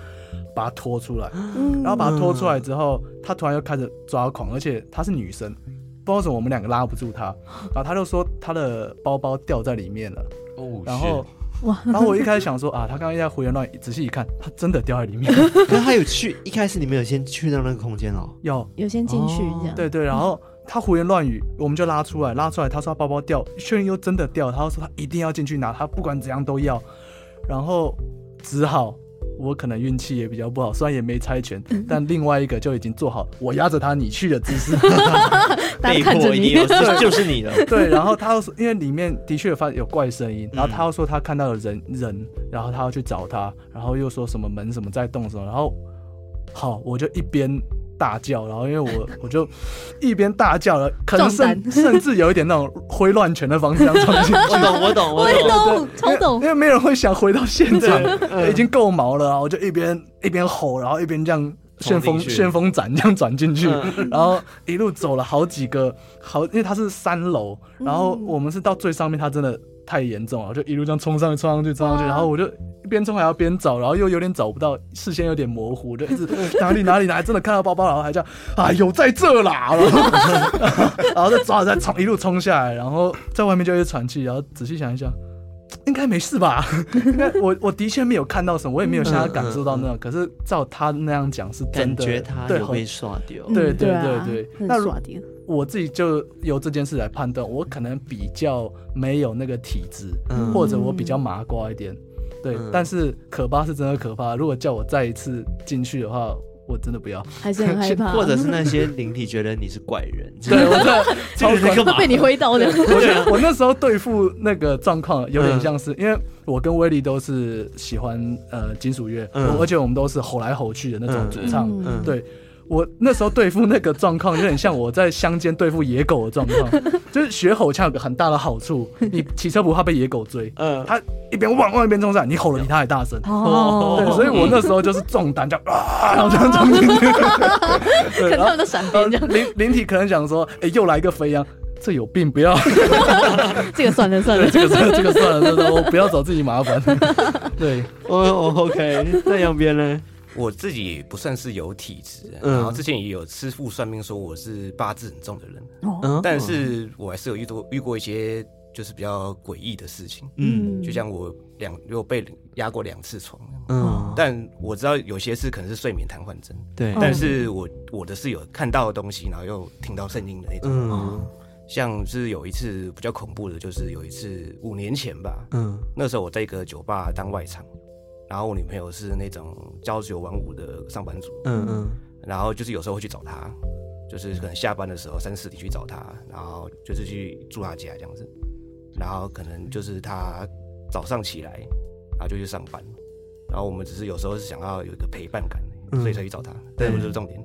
Speaker 4: 把他拖出来，
Speaker 2: 嗯
Speaker 4: 然后把她拖出来之后，她突然又开始抓狂，而且她是女生，不知道为什么我们两个拉不住她，然后她就说她的包包掉在里面了，
Speaker 3: 哦，
Speaker 4: 然后。
Speaker 2: 哇
Speaker 4: 然后我一开始想说啊，她刚刚在胡言乱语，仔细一看，她真的掉在里面。
Speaker 1: 可是他有去，一开始你们有先去到那个空间哦。
Speaker 4: 有，
Speaker 2: 有先进去
Speaker 1: 哦
Speaker 2: 这样，
Speaker 4: 对对，然后她胡言乱语，我们就拉出来，拉出来，她说她包包掉，确认又真的掉，她又说她一定要进去拿，她不管怎样都要，然后只好。我可能运气也比较不好，虽然也没猜拳，
Speaker 2: 嗯
Speaker 4: 但另外一个就已经做好我压着她你去的 姿势。
Speaker 2: 大
Speaker 1: 被迫
Speaker 2: 家看着
Speaker 1: 一定
Speaker 2: 你，
Speaker 1: 有 事，就是你了。
Speaker 4: 对，然后他又说，因为里面的确有发有怪声音，然后他又说他看到有人人，然后他要去找他，然后又说什么门什么在动什么，然后好，我就一边大叫，然后因为我我就一边大叫了，可能
Speaker 2: 壮
Speaker 4: 甚甚至有一点那种 挥乱拳的方式要冲进去。
Speaker 1: 我懂，我懂，
Speaker 2: 我
Speaker 1: 我
Speaker 2: 也
Speaker 1: 懂。
Speaker 2: 懂，
Speaker 4: 因
Speaker 2: 超
Speaker 4: 为
Speaker 2: 懂
Speaker 4: 因，为没人会想回到现场，
Speaker 1: 嗯
Speaker 4: 已经够毛了，然后我就一边一边吼，然后一边这样旋风
Speaker 1: 冲进去嗯
Speaker 4: 旋风斩这样转进去， 然后一路走了好几个好，因为它是三楼，然后我们是到最上面，它真的太严重了，我就一路这样冲上去，冲上去，冲上去，然后我就一边冲还要边找，然后又有点找不到，视线有点模糊，我就一直哪里哪里哪里，真的看到包包，然后还叫啊有在这啦，然后然后再抓着再冲一路冲下来，然后在外面就一直喘气，然后仔细想一想。应该没事吧？ 应该我我的确没有看到什么，我也没有像他感受到那样。可是照他那样讲是真
Speaker 1: 嗯感
Speaker 4: 的，
Speaker 1: 觉他
Speaker 4: 对
Speaker 1: 有
Speaker 4: 很
Speaker 1: 被刷掉
Speaker 2: 嗯。
Speaker 4: 对对
Speaker 2: 啊
Speaker 4: 对对
Speaker 2: 很
Speaker 4: 那如
Speaker 2: 耍的，
Speaker 4: 我自己就由这件事来判断，我可能比较没有那个体质，
Speaker 1: 嗯
Speaker 4: 或者我比较麻瓜一点。对，
Speaker 1: 嗯
Speaker 4: 但是可怕是真的可怕。如果叫我再一次进去的话，我真 的不要。
Speaker 2: 还是很害 怕，
Speaker 1: 或者是那些灵体觉得你是怪人，
Speaker 4: 对我 真的
Speaker 1: 这
Speaker 4: 超
Speaker 1: 个人在干
Speaker 4: 恐怖。
Speaker 1: 嘛
Speaker 2: 嗯会被你挥到的。
Speaker 4: 我觉得我那时候对付那个状况有点像是，因为我跟威利都是喜欢呃金属乐，
Speaker 1: 嗯
Speaker 4: 而且我们都是吼来吼去的那种
Speaker 1: 嗯
Speaker 4: 主 唱。
Speaker 2: 嗯
Speaker 1: 嗯，
Speaker 4: 对我那时候对付那个状况，有点像我在乡间对付野狗的状况。就是学吼腔有个很大的好处，你骑车不怕被野狗追，
Speaker 1: 嗯，
Speaker 4: 他一边往往一边冲上来，你吼的比他还大声。
Speaker 2: 哦
Speaker 4: 嗯 对，所 以我那时候就是壮胆，这样啊，然后这样冲进去。对
Speaker 2: 看
Speaker 4: 然
Speaker 2: 到
Speaker 4: 后
Speaker 2: 个闪
Speaker 4: 呃
Speaker 2: 边这样，
Speaker 4: 灵灵体可能想说，哎，又来一个飞扬，这有病，不要，
Speaker 2: 这个算了算了
Speaker 4: 呃对，， 这个算了，这个算了，真的，我不要找自己麻烦。对，
Speaker 1: 哦哦，OK，那杨边呢？
Speaker 6: 我自己不算是有体质，
Speaker 1: 嗯
Speaker 6: 然后之前也有师傅算命说我是八字很重的人，
Speaker 1: 嗯，
Speaker 6: 但是我还是有遇到遇过一些就是比较诡异的事情，
Speaker 1: 嗯
Speaker 6: 就像我两我被压过两次床，
Speaker 1: 嗯，
Speaker 6: 但我知道有些是可能是睡眠瘫痪症，
Speaker 1: 对，
Speaker 2: 嗯
Speaker 6: 但是我我的是有看到的东西，然后又听到声音的那种。
Speaker 1: 嗯
Speaker 6: 像是有一次比较恐怖的，就是有一次五年前吧，
Speaker 1: 嗯
Speaker 6: 那时候我在一个酒吧当外场，然后我女朋友是那种朝九晚五的上班族，
Speaker 1: 嗯嗯
Speaker 6: 然后就是有时候会去找他，就是可能下班的时候三四点去找他，然后就是去住他家这样子，然后可能就是他早上起来，然后就去上班，然后我们只是有时候是想要有一个陪伴感，
Speaker 1: 嗯
Speaker 6: 所以才去找他，这不是重点。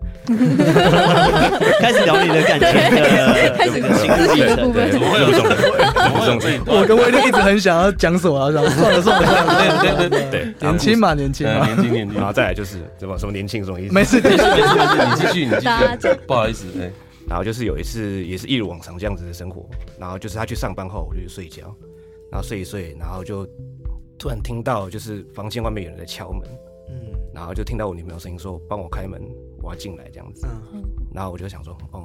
Speaker 1: 开始聊你的感情了，
Speaker 2: 开始自己的部分
Speaker 3: 怎么会有这种人？怎么会有这 一
Speaker 4: 我
Speaker 3: 段？
Speaker 4: 跟威利一直很想要讲什么，然后想算了 算了算了，
Speaker 3: 对对对对，
Speaker 4: 年轻嘛年轻
Speaker 3: 呃
Speaker 4: 嘛，
Speaker 3: 年轻年轻
Speaker 6: 然，后再来就是对吧？什么年轻什么意思？
Speaker 4: 没事，继续
Speaker 3: 没事没事，你继续你
Speaker 2: 大
Speaker 3: 继
Speaker 2: 家
Speaker 3: 续， 不好意思，哎，
Speaker 6: 然后就是有一次也是一如往常这样子的生活，然后就是他去上班后我就去睡觉，然后睡一睡，然后就突然听到就是房间外面有人在敲门，
Speaker 1: 嗯
Speaker 6: 然后就听到我女朋友声音说帮我开门，我要进来这样子，
Speaker 1: 嗯
Speaker 6: 然后我就想说哦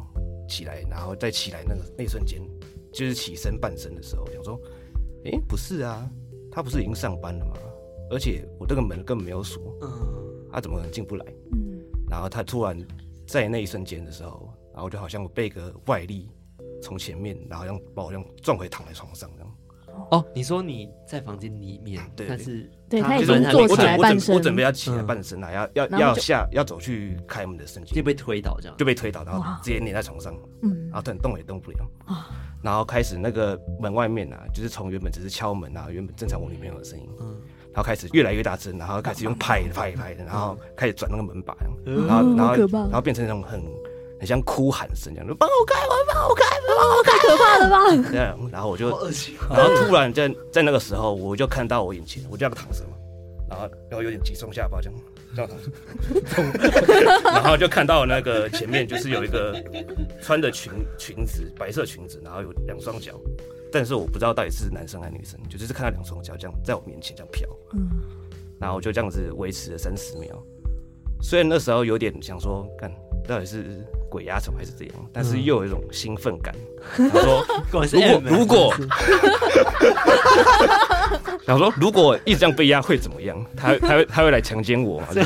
Speaker 6: 起来，然后再起来那个那一瞬间就是起身半身的时候，我想说诶，不是啊，他不是已经上班了吗？而且我这个门根本没有锁，
Speaker 1: 嗯
Speaker 6: 他怎么可能进不来？
Speaker 2: 嗯
Speaker 6: 然后他突然在那一瞬间的时候，然后就好像我被一个外力从前面，然后好像把我这样撞回躺在床上这样。
Speaker 1: 哦，你说你在房间里面，但是
Speaker 2: 对他已
Speaker 6: 就是
Speaker 2: 经
Speaker 6: 我
Speaker 2: 坐
Speaker 6: 我
Speaker 2: 起
Speaker 6: 准
Speaker 2: 来
Speaker 6: 我准
Speaker 2: 半身，
Speaker 6: 我准备要起来
Speaker 1: 嗯
Speaker 6: 半身了、要要
Speaker 2: 然后
Speaker 6: 要
Speaker 2: 就
Speaker 6: 下要走去开门的瞬
Speaker 1: 就
Speaker 6: 间，
Speaker 1: 被推倒这样，
Speaker 6: 就被推倒，然后
Speaker 2: 哇
Speaker 6: 直接粘在床上，
Speaker 2: 嗯啊
Speaker 6: 然后动动也动不了。然后开始那个门外面啊，就是从原本只是敲门啊，原本正常我女朋友的声音，
Speaker 1: 嗯
Speaker 6: 然后开始越来越大声，然后开 始用拍的拍的拍的，然后开始转那个门把，
Speaker 1: 嗯
Speaker 6: 然后然
Speaker 2: 好
Speaker 6: 后
Speaker 2: 可怕
Speaker 6: 然后变成那种很很像哭喊声这样，帮我开门，帮我开
Speaker 2: 太可怕了吧？
Speaker 6: 门这样，然后我就
Speaker 1: 恶心，
Speaker 6: 然后突然在在那个时候，我就看到我眼前，我就要躺着嘛，然后然后有点急松下巴这样。这样躺着然后就看到那个前面就是有一个穿着裙裙子，白色裙子，然后有两双脚，但是我不知道到底是男生还是女生，就就是看到两双脚这样在我面前这样飘，
Speaker 2: 嗯，
Speaker 6: 然后我就这样子维持了三十秒。虽然那时候有点想说，看到底是鬼压床还是怎样，但是又有一种兴奋感，想说
Speaker 1: 果
Speaker 6: 如果如果， 想说如果一直这样被压会怎么样？他他会他会来强奸我吗？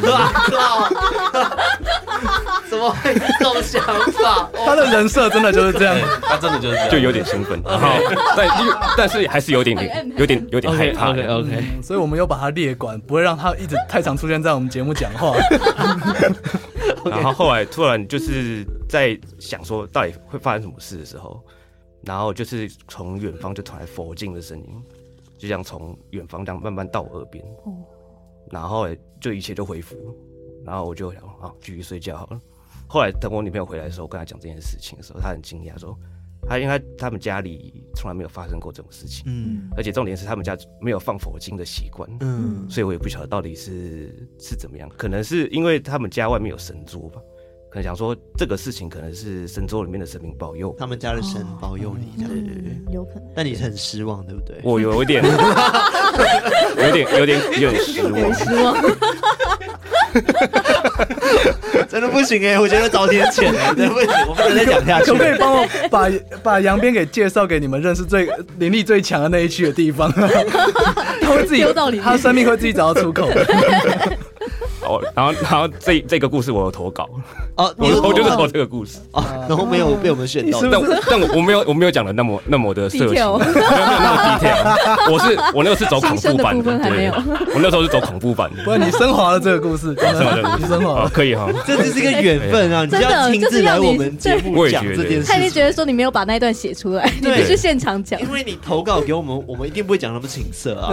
Speaker 1: 怎么会这种想 法？
Speaker 4: 他的人设真的就是 这样。
Speaker 3: 哎他真的就是这样
Speaker 6: 就有点兴奋，然后但但是还是有点有点有点害怕。
Speaker 1: OK OK，
Speaker 4: 嗯所以我们又把它列管，不会让它一直太常出现在我们节目讲 话。
Speaker 6: 然后后来突然就是在想说到底会发生什么事的时候，然后就是从远方就传来佛经的声音，就这样从远方这样慢慢到我耳边，
Speaker 2: 哦
Speaker 6: 然后就一切就恢复，然后我就想好继续睡觉好了。后来等我女朋友回来的时候，跟她讲这件事情的时候，她很惊讶说，她因为她他们家里从来没有发生过这种事情，
Speaker 1: 嗯
Speaker 6: 而且重点是他们家没有放佛经的习惯，
Speaker 1: 嗯
Speaker 6: 所以我也不晓得到底是是怎么样，可能是因为他们家外面有神桌吧，可能想说这个事情可能是神州里面的神明保佑，
Speaker 1: 他们家的神保佑你这样。
Speaker 2: 嗯，有可能
Speaker 1: 但你很失望，对不对？
Speaker 6: 我有一 点，有点有点有点失望。
Speaker 2: 失望。
Speaker 1: 真的不行哎、我觉得早点剪 了，真的不行，我不能再讲下去
Speaker 4: 可。不可以帮我把把杨边给介绍给你们认识最灵力最强的那一区的地 方？他会自己
Speaker 2: 丢到里面
Speaker 4: 他生命会自己找到出口。
Speaker 6: 哦，然后然后这这个故事我有投稿，
Speaker 1: 哦，
Speaker 6: 我
Speaker 1: 你有
Speaker 6: 我就是
Speaker 1: 投稿
Speaker 6: 投这个故事，
Speaker 1: 哦，然后没有被我们选到，
Speaker 6: 但我但我我没有我没有讲的那么那么的色 情，没有
Speaker 2: Detail
Speaker 6: 那么 detail，我是我那个是走恐
Speaker 2: 新生
Speaker 6: 怖
Speaker 2: 的
Speaker 6: 版
Speaker 2: 部分还没
Speaker 6: 对，
Speaker 2: 有
Speaker 6: 我那时候是走恐怖版的，
Speaker 4: 不然你升华了这个故事，真的，你升华
Speaker 6: 哦
Speaker 4: 了。
Speaker 6: 可以哈，
Speaker 1: 这就是一个缘分啊！你
Speaker 2: 真的
Speaker 1: 要亲自来我们节目讲这件
Speaker 2: 他已经
Speaker 1: 事情。
Speaker 2: 觉得说你没有把那一段写出来，你必须现场讲。
Speaker 1: 因为你投稿给我们，我们一定不会讲那么情色啊。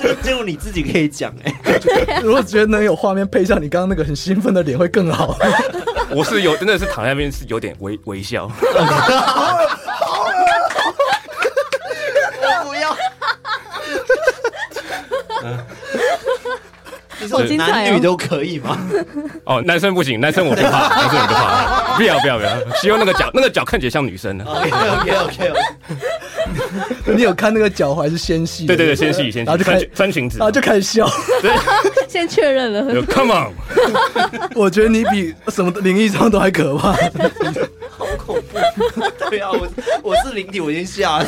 Speaker 1: 这 个只有你自己可以讲哎、
Speaker 4: 如果觉得能有画面配上你刚刚那个很兴奋的脸，会更好。
Speaker 6: 我是有真的是躺在那边是有点微微笑，
Speaker 1: 我不 要。嗯你说
Speaker 2: 好精彩哦
Speaker 1: 男女都可以 吗？
Speaker 6: 哦，男生不行，男生我不怕，男生我不怕，不要不要不要，希望那个脚那个脚看起来像女生啊的，
Speaker 1: OK OK OK，
Speaker 4: 你有看那个脚踝是纤细的？
Speaker 6: 对对对，先细先
Speaker 4: 然后
Speaker 6: 细，
Speaker 4: 就开
Speaker 6: 穿
Speaker 4: 始
Speaker 6: 裙，穿裙子
Speaker 4: 然，后啊就开始笑。
Speaker 2: 先确认了，
Speaker 6: 有 Come on。
Speaker 4: 我觉得你比什么灵异上都还可怕。
Speaker 1: 好恐怖。 对啊，我我是灵体，我已经吓了。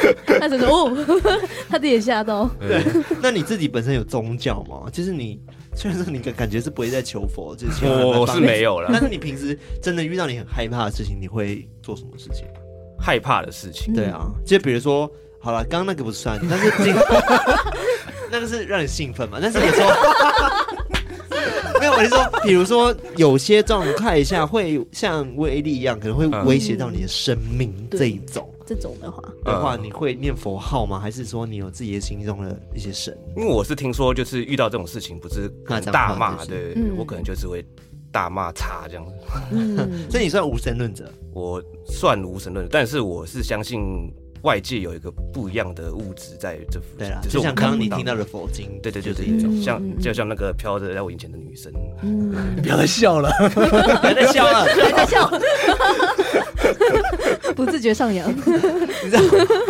Speaker 2: 他真的哦， 他自己也吓到。
Speaker 1: 对，那你自己本身有宗教吗？就是你虽然说你感感觉是不会在求佛，就是求
Speaker 6: 我我是没有啦
Speaker 1: 但是你平时真的遇到你很害怕的事情，你会做什么事情？
Speaker 6: 嗯害怕的事情。
Speaker 1: 对啊，就比如说，好了，刚刚那个不算，但 是今那个是让你兴奋嘛？但是有时候 没有，我是说，比如说有些状态下会像威力一样，可能会
Speaker 6: 嗯
Speaker 1: 威胁到你的生命
Speaker 2: 对
Speaker 1: 这一种。
Speaker 2: 这种的话，
Speaker 1: 的话，你会念佛号吗？还是说你有自己的心中的一些神？
Speaker 6: 因为我是听说，就是遇到这种事情，不是可能大骂，
Speaker 1: 大脏话
Speaker 6: 对对
Speaker 2: 嗯
Speaker 6: 对，我可能就只会大骂叉这样子。
Speaker 2: 嗯，
Speaker 1: 所以你算无神论者。
Speaker 6: 我算无神论，但是我是相信外界有一个不一样的物质在这附近，
Speaker 1: 对啦，
Speaker 6: 只是
Speaker 1: 就
Speaker 6: 我
Speaker 1: 像
Speaker 6: 们
Speaker 1: 刚
Speaker 6: 看
Speaker 1: 刚
Speaker 6: 不
Speaker 1: 你听到。的佛经，
Speaker 6: 对对对
Speaker 1: 就是
Speaker 6: 对
Speaker 1: 一种。
Speaker 6: 对，像就像那个飘着在我眼前的女生，
Speaker 2: 嗯
Speaker 4: 不要再笑了，
Speaker 1: 别再笑了，
Speaker 2: 还在笑， 不自觉上扬。
Speaker 1: 你知道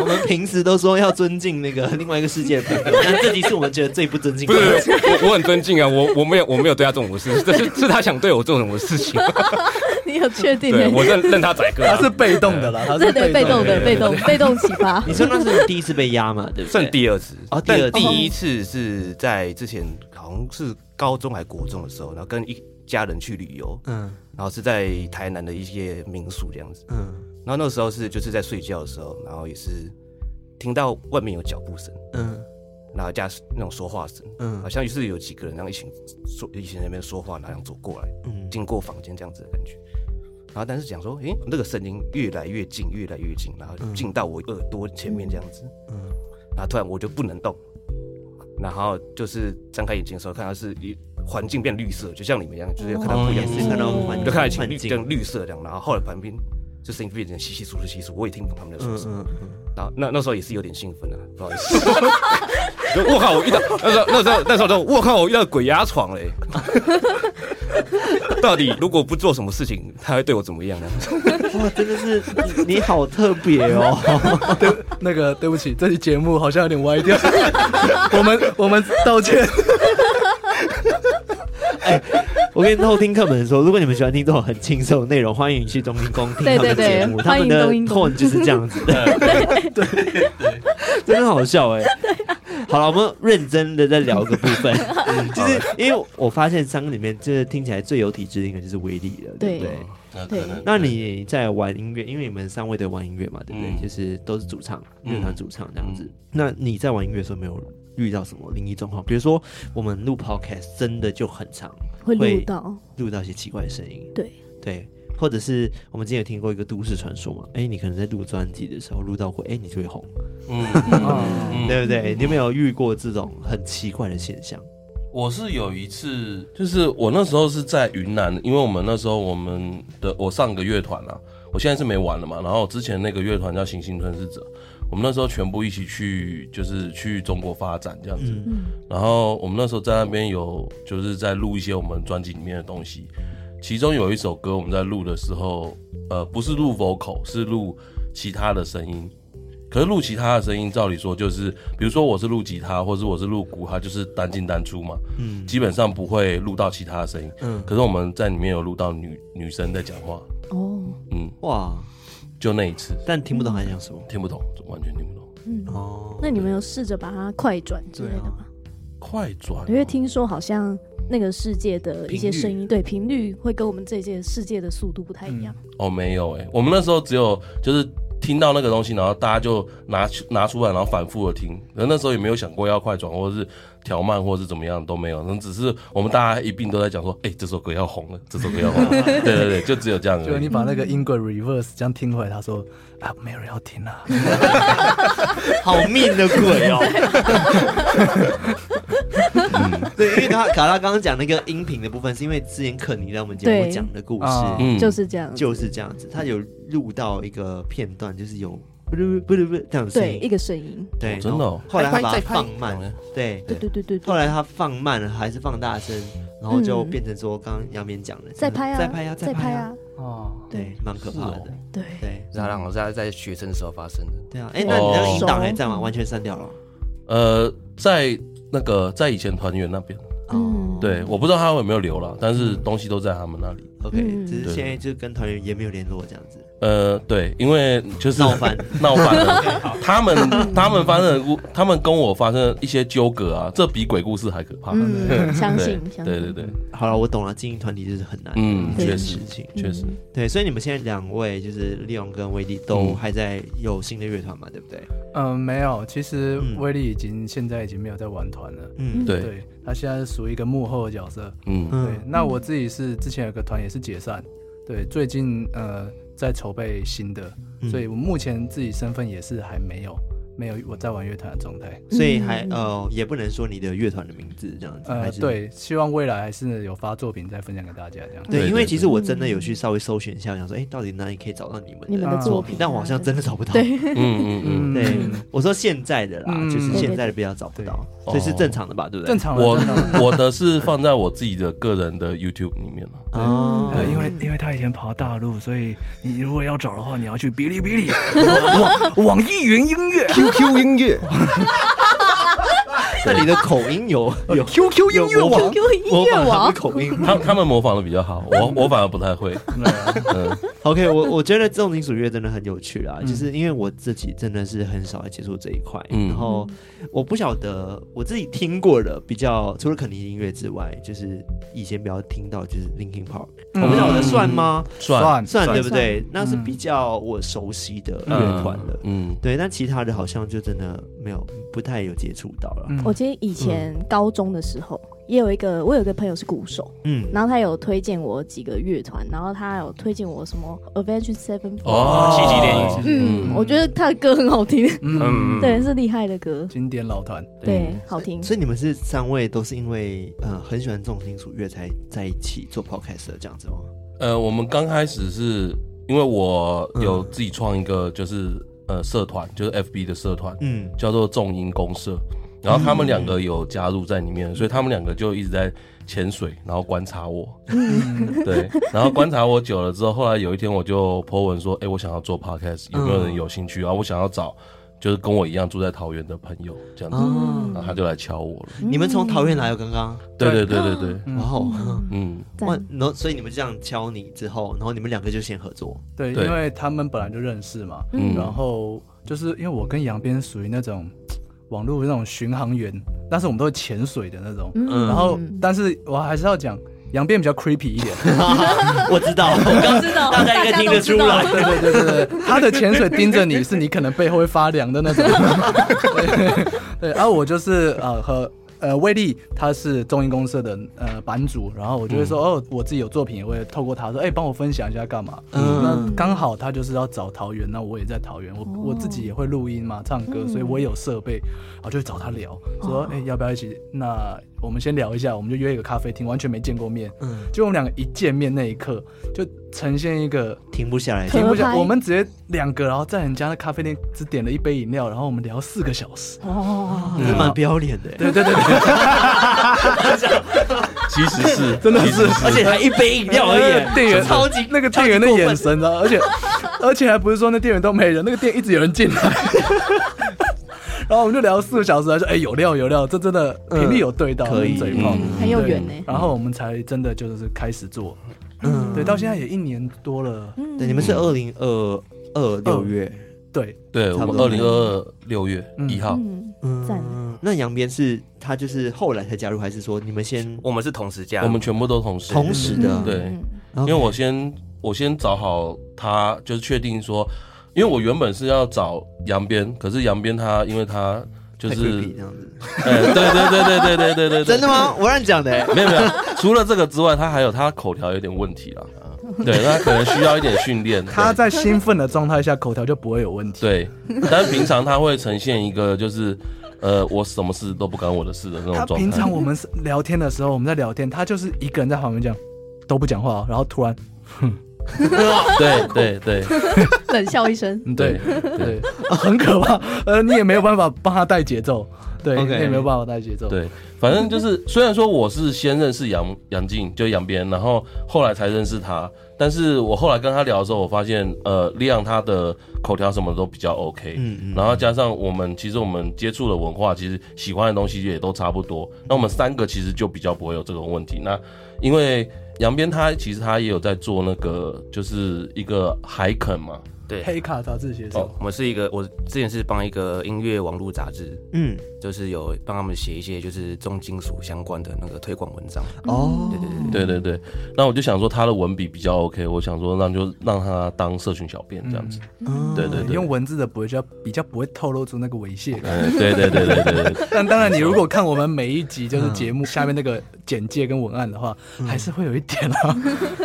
Speaker 1: 我们平时都说要尊敬那个另外一个世界的朋友，但这集是我们觉得最不尊敬
Speaker 6: 不
Speaker 1: 的。
Speaker 6: 是我我很尊敬啊，我我没有我没有对她做什么事，这是是她 想对我做什么事情，
Speaker 2: 你有确定
Speaker 6: 对
Speaker 2: 欸？
Speaker 6: 我认认她宰割啊
Speaker 4: 他，是被动的啦，他
Speaker 2: 对
Speaker 4: 是
Speaker 2: 对，被动的，被动，被动启发。
Speaker 1: 你说那是你第一次被压嘛？对不对？
Speaker 6: 算第二次
Speaker 1: 哦
Speaker 6: 但
Speaker 1: 第二次
Speaker 6: 第一次是在之前好像是高中还国中的时候，然后跟一家人去旅游，
Speaker 1: 嗯
Speaker 6: 然后是在台南的一些民宿这样子。
Speaker 1: 嗯
Speaker 6: 然后那个时候是就是在睡觉的时候，然后也是听到外面有脚步声，
Speaker 1: 嗯
Speaker 6: 然后加那种说话声，好
Speaker 1: 嗯
Speaker 6: 像就是有几个人然后一起说一起在那边说话，然后想走过来，
Speaker 1: 嗯，
Speaker 6: 经过房间这样子的感觉。然后但是讲说，诶，那个声音越来越近，越来越近，然后近到我耳朵前面这样子。
Speaker 1: 嗯
Speaker 6: 然后突然我就不能动，然后就是张开眼睛的时候，看到是一环境变绿色，就像你们一样，就是有看到不一样的
Speaker 1: 哦
Speaker 6: 事
Speaker 1: 也是
Speaker 6: 情，
Speaker 1: 看到环
Speaker 6: 就看到一
Speaker 1: 环
Speaker 6: 群绿
Speaker 1: 境
Speaker 6: 这样绿色这样，然后后来旁边就声音变成稀稀疏疏稀疏，我也听不懂他们在说
Speaker 1: 嗯
Speaker 6: 什么。
Speaker 1: 嗯嗯，
Speaker 6: 然后那那时候也是有点兴奋啊，不好意思，就我靠，我遇到那时候那时候那时候就我靠，我遇到鬼压床 嘞、到底如果不做什么事情，他会对我怎么样呢？啊
Speaker 1: 哇，真的是你你好特别哦！
Speaker 4: 对，那个对不起，这期节目好像有点歪掉， 我们我们 道歉。
Speaker 1: 我跟偷听客们说，如果你们喜欢听这种很轻松的内容，欢迎去东京宫听他们的
Speaker 2: 对对对
Speaker 1: 节目，他
Speaker 2: 欢
Speaker 1: 们
Speaker 2: 迎
Speaker 1: 的
Speaker 2: 东京宫
Speaker 1: tone 就是这样子的。对，真的好笑哎。好了，我们认真的再聊一个部分，就是因为我发现三个里面，这听起来最有体制的应该就是威力了，对不对
Speaker 2: 对？
Speaker 3: 那可
Speaker 2: 对
Speaker 3: 能
Speaker 1: 那你在玩音乐，因为你们三位都有玩音乐嘛，对不对？
Speaker 6: 嗯
Speaker 1: 就是都是主唱，
Speaker 3: 嗯
Speaker 1: 乐团主唱这样子。那你在玩音乐的时候没有遇到什么灵异状况？比如说我们录 podcast 真的就很长，
Speaker 2: 会
Speaker 1: 会
Speaker 2: 录到，
Speaker 1: 录到一些奇怪的声音，
Speaker 2: 对
Speaker 1: 对，或者是我们之前有听过一个都市传说嘛，哎，你可能在录专辑的时候录到过，哎，你就会红，
Speaker 3: 嗯，
Speaker 1: 对不对？你有没有遇过这种很奇怪的现象？
Speaker 3: 我是有一次，就是我那时候是在云南，因为我们那时候我们的我上个乐团啊，我现在是没玩了嘛，然后之前那个乐团叫行星吞噬者，我们那时候全部一起去，就是去中国发展这样子。
Speaker 1: 嗯，
Speaker 2: 嗯
Speaker 3: 然后我们那时候在那边有就是在录一些我们专辑里面的东西，其中有一首歌我们在录的时候，呃，不是录 vocal，是录其他的声音。可是录其他的声音，照理说就是，比如说我是录吉他，或者是我是录鼓，它就是单进单出嘛，
Speaker 1: 嗯
Speaker 3: 基本上不会录到其他的声音。
Speaker 1: 嗯，
Speaker 3: 可是我们在里面有录到女女生在讲话，
Speaker 2: 哦，
Speaker 3: 嗯，
Speaker 1: 哇，
Speaker 3: 就那一次
Speaker 1: 但听不懂他在讲什么
Speaker 3: 听不懂，完全听不懂。
Speaker 2: 嗯，
Speaker 1: 哦。
Speaker 2: 那你们有试着把它快转之类的吗？
Speaker 3: 快转哦、
Speaker 2: 因为听说好像那个世界的一些声音，对频率会跟我们这届世界的速度不太一样。
Speaker 3: 哦，没有哎、我们那时候只有就是听到那个东西，然后大家就拿出拿出来，然后反复的听。可能那时候也没有想过要快转，或者是调慢，或者是怎么样都没有。那只是我们大家一并都在讲说，哎、这首歌要红了，这首歌要红了。 对对对，就只有这样
Speaker 4: 就
Speaker 3: 而
Speaker 4: 你
Speaker 3: 已。
Speaker 4: 把那个音轨 reverse 这样听回来，他说啊，没有人要听啊，
Speaker 1: 好命的鬼 哦！嗯对，因为他卡拉刚刚讲那个音频的部分，是因为之前肯尼在我们节目
Speaker 2: 对
Speaker 1: 讲的故
Speaker 4: 啊
Speaker 1: 事，
Speaker 3: 嗯
Speaker 2: 就是这样，
Speaker 1: 就是这样子，他有录到一个片段，就是有不噜不噜不噜这样的声
Speaker 2: 对一
Speaker 1: 音，
Speaker 2: 个声音，
Speaker 1: 对，
Speaker 3: 哦真
Speaker 1: 然
Speaker 3: 的哦
Speaker 1: 后后来他把它
Speaker 6: 再拍
Speaker 1: 放慢，对，
Speaker 2: 对对对对
Speaker 1: 后
Speaker 2: 对，
Speaker 1: 来他放慢了，还是放大声，然后就
Speaker 2: 嗯
Speaker 1: 变成说刚刚杨明讲的，
Speaker 2: 再拍啊，
Speaker 1: 再拍呀，
Speaker 2: 再
Speaker 1: 拍
Speaker 2: 拍
Speaker 1: 呀，
Speaker 2: 啊，
Speaker 4: 哦，
Speaker 1: 对，蛮可怕
Speaker 3: 是
Speaker 1: 的
Speaker 3: 哦，
Speaker 2: 对，
Speaker 1: 对，
Speaker 6: 是啊他让我在在学生的时候发生的。
Speaker 1: 对啊，哎，那你
Speaker 3: 哦
Speaker 1: 那个音档还在吗？
Speaker 2: 熟
Speaker 1: 完全删掉了，
Speaker 3: 呃，在那个在以前团员那边，
Speaker 1: 哦
Speaker 2: 嗯，
Speaker 3: 对，我不知道他有没有留了，但是东西都在他们那里。
Speaker 1: ，OK，
Speaker 2: 嗯
Speaker 1: 只是
Speaker 3: 对
Speaker 1: 现在就跟团员也没有联络这样子，
Speaker 3: 呃，对，因为就是
Speaker 1: 闹翻
Speaker 3: 闹翻了。他们他们发生的故，他们跟我发生一些纠葛啊，这比鬼故事还可怕。
Speaker 2: 嗯，相
Speaker 3: 对
Speaker 2: 信相信，
Speaker 3: 对对对，
Speaker 1: 好了，我懂了，经营团体就是很难，
Speaker 3: 嗯
Speaker 1: 这件
Speaker 2: 确
Speaker 3: 实
Speaker 1: 事情。
Speaker 2: 嗯，
Speaker 3: 确实
Speaker 1: 对，所以你们现在两位就是利用跟威力都
Speaker 3: 嗯
Speaker 1: 还在有新的乐团嘛，对不对？
Speaker 4: 嗯，没有，其实
Speaker 1: 嗯
Speaker 4: 威力已经现在已经没有在玩团了，
Speaker 1: 嗯，
Speaker 3: 对
Speaker 4: 对他现在是属于一个幕后的角色，
Speaker 3: 嗯，
Speaker 4: 对
Speaker 1: 嗯，，
Speaker 4: 那我自己是之前有个团也是解散，对，最近呃在筹备新的，
Speaker 1: 嗯
Speaker 4: 所以我目前自己身份也是还没有没有我在玩乐团的状态。
Speaker 1: 所以还
Speaker 2: 嗯
Speaker 1: 呃也不能说你的乐团的名字这样子，
Speaker 4: 呃
Speaker 1: 还，是。
Speaker 4: 对，希望未来还是有发作品再分享给大家这样。
Speaker 1: 对，
Speaker 3: 对
Speaker 1: 因为
Speaker 3: 对
Speaker 1: 其
Speaker 3: 对
Speaker 1: 实我真的有去稍微搜寻一下，想说，哎，到底哪里可以找到你们
Speaker 2: 你们
Speaker 1: 的
Speaker 2: 的
Speaker 4: 啊
Speaker 2: 作
Speaker 1: 品
Speaker 2: 品啊，
Speaker 1: 但我好像真的找不到。
Speaker 2: 对
Speaker 3: 嗯嗯嗯，
Speaker 1: 对，我说现在的啦，
Speaker 4: 嗯
Speaker 1: 就是现在的比较找不到，
Speaker 3: 对
Speaker 1: 所以是正常的吧，对不对？
Speaker 4: 正常了，
Speaker 3: 我
Speaker 4: 正常了。
Speaker 3: 我的是放在我自己的个人的 YouTube 里面了。
Speaker 1: 哦
Speaker 4: 呃，因为因为他以前跑到大陆，所以你如果要找的话，你要去哔哩哔哩、网网易云音乐、
Speaker 6: QQ 音乐，
Speaker 1: 那你的口音有有
Speaker 4: QQ 呃音乐网。
Speaker 2: ，QQ 音
Speaker 1: 模仿
Speaker 2: 乐
Speaker 1: 他
Speaker 2: 网
Speaker 1: 们，口音吗
Speaker 3: 他他们模仿的比较好，我我反而不太会。嗯
Speaker 1: OK，我我觉得重金属乐真的很有趣啦，就是因为我自己真的是很少在接触这一块，
Speaker 3: 嗯
Speaker 1: 然后我不晓得我自己听过的比较，除了肯尼音乐之外，就是以前比较听到就是 Linkin Park，、
Speaker 4: 嗯
Speaker 1: 我不晓得算吗？
Speaker 3: 算
Speaker 1: 算
Speaker 6: 算
Speaker 1: 对不对？那是比较我熟悉的乐团了，
Speaker 3: 嗯
Speaker 1: 对，但其他的好像就真的没有不太有接触到了，
Speaker 4: 嗯
Speaker 2: 我记得以前高中的时候，也有一个我有一个朋友是鼓手，
Speaker 1: 嗯，
Speaker 2: 然后他有推荐我几个乐团，然后他有推荐我什么 Avenged Sevenfold，、
Speaker 3: 哦，
Speaker 5: 七级联
Speaker 3: 谊，
Speaker 2: 嗯，我觉得他的歌很好听，
Speaker 4: 嗯，
Speaker 2: 对，是厉害的歌，
Speaker 4: 经典老团。
Speaker 2: 对，好听。
Speaker 1: 所以你们是三位都是因为呃很喜欢重金属乐才在一起做 podcast 的这样子吗？
Speaker 3: 呃，我们刚开始是因为我有自己创一个，就是呃社团，就是 FB 的社团，
Speaker 1: 嗯
Speaker 3: 叫做重音公社。然后他们两个有加入在里面，所以他们两个就一直在潜水，然后观察我。对，然后观察我久了之后，后来有一天我就 po 文说：“哎、我想要做 podcast，有没有人有兴趣？”然后我想要找就是跟我一样住在桃园的朋友这样子，
Speaker 1: 哦
Speaker 3: 然后他就来敲我了。
Speaker 1: 你们从桃园来哦，刚刚，
Speaker 3: 对对对对对，
Speaker 4: 嗯
Speaker 1: 哇 哦，
Speaker 3: 嗯，
Speaker 1: 哇
Speaker 2: 赞，
Speaker 1: 然后所以你们这样敲你之后，然后你们两个就先合 作，
Speaker 4: 对，
Speaker 3: 对
Speaker 4: 因为他们本来就认识嘛，
Speaker 3: 嗯
Speaker 4: 然后就是因为我跟杨边属于那种网络那种巡航员，但是我们都是潜水的那种。
Speaker 1: 嗯
Speaker 4: 然后，但是我还是要讲，杨边比较 creepy 一点。
Speaker 1: 我知道，我刚
Speaker 2: 知道
Speaker 1: 大家应该听得出来，
Speaker 4: 对对对对对，他的潜水盯着你是你可能背后会发凉的那种。对，然后、我就是呃和呃威力，他是中音公社的呃版主，然后我就会说、哦，我自己有作品，也会透过他说，哎、帮我分享一下干嘛？
Speaker 1: 嗯
Speaker 4: 那刚好他就是要找桃园，那我也在桃园，我、我自己也会录音嘛，唱歌，所以我也有设备，然后就会找他聊，说哎、要不要一起？那我们先聊一下，我们就约一个咖啡厅，完全没见过面。
Speaker 1: 嗯，
Speaker 4: 就我们两个一见面那一刻，就呈现一个
Speaker 1: 停不下来，
Speaker 4: 停不下，
Speaker 2: 合拍
Speaker 4: 我们直接两个，然后在人家的咖啡店只点了一杯饮料，然后我们聊四个小时。
Speaker 2: 哦，
Speaker 1: 这蛮不要脸的欸。
Speaker 4: 对对对对，
Speaker 3: 其实是
Speaker 4: 真的是
Speaker 3: 其实
Speaker 6: 而且还一杯饮料而已，
Speaker 4: 店员
Speaker 6: 超级
Speaker 4: 那个店员的眼神，你知道，而且而且还不是说那店员都没人，那个店一直有人进来。然后我们就聊了四个小时，还说哎、有料有料，这真的频率有对到，
Speaker 1: 嗯可以
Speaker 4: 嘴炮、
Speaker 3: 嗯
Speaker 2: 很有
Speaker 4: 对
Speaker 2: 缘呢。
Speaker 4: 然后我们才真的就是开始做，
Speaker 1: 嗯，
Speaker 4: 对，到现在也一年多了，
Speaker 1: 对，
Speaker 2: 嗯
Speaker 1: 你们是二零二二六月，
Speaker 4: 对，
Speaker 3: 对我
Speaker 1: 差不
Speaker 3: 们
Speaker 1: 多
Speaker 3: 二零二二六月一号，
Speaker 2: 嗯，赞
Speaker 1: 嗯，那杨边是他就是后来才加入，还是说你们先
Speaker 6: 我们是同时加入，
Speaker 3: 我们全部都同时，
Speaker 1: 同时的？
Speaker 2: 嗯
Speaker 3: 对
Speaker 2: 嗯
Speaker 1: 因
Speaker 3: 因为我先我先找好他，就是确定说，因为我原本是要找杨边，可是杨边他因为他就
Speaker 1: 太
Speaker 3: 是
Speaker 1: creepy，这样子，
Speaker 3: 哎，对对对对对对对对，
Speaker 1: 真的吗？我乱讲的欸，
Speaker 3: 没有没有，除了这个之外，他还有他口条有点问题啦。对，那可能需要一点训练。
Speaker 4: 啊他在兴奋的状态下口条就不会有问题。
Speaker 3: 对，对但是平常他会呈现一个就是，呃，我什么事都不干我的事的那种
Speaker 4: 他
Speaker 3: 状态。
Speaker 4: 平常我们是聊天的时候，我们在聊天，他就是一个人在旁边这样都不讲话，然后突然，
Speaker 3: 对对对
Speaker 2: 冷笑一声，
Speaker 4: 嗯，对
Speaker 3: 对，
Speaker 4: 对，很可怕。呃，你也没有办法帮他带节奏，对
Speaker 1: OK
Speaker 4: 你也没有办法带节奏。
Speaker 3: 对，反正就是，虽然说我是先认识杨杨静，就杨边，然后后来才认识他，但是我后来跟他聊的时候，我发现，呃，亮他的口条什么都比较 OK，
Speaker 1: 嗯嗯
Speaker 3: 然后加上我们其实我们接触的文化，其实喜欢的东西也都差不多，那我们三个其实就比较不会有这种问题。那因为杨边他其实他也有在做那个，就是一个海肯嘛，
Speaker 6: 对，
Speaker 4: 黑卡杂志写手
Speaker 3: 哦，
Speaker 6: 我们是一个，我之前是帮一个音乐网络杂志，
Speaker 1: 嗯，
Speaker 6: 就是有帮他们写一些就是重金属相关的那个推广文章。
Speaker 1: 哦，
Speaker 6: 对对对
Speaker 3: 对对对，那我就想说他的文笔比较 OK，我想说那就让他当社群小编这样子。
Speaker 1: 嗯
Speaker 3: 对对
Speaker 4: 你用文字的不会叫比较不会透露出那个猥亵感。
Speaker 3: 嗯， 对对对对对对，
Speaker 4: 但当然，你如果看我们每一集就是节
Speaker 3: 嗯
Speaker 4: 目下面那个简介跟文案的话，还是会有一点啊。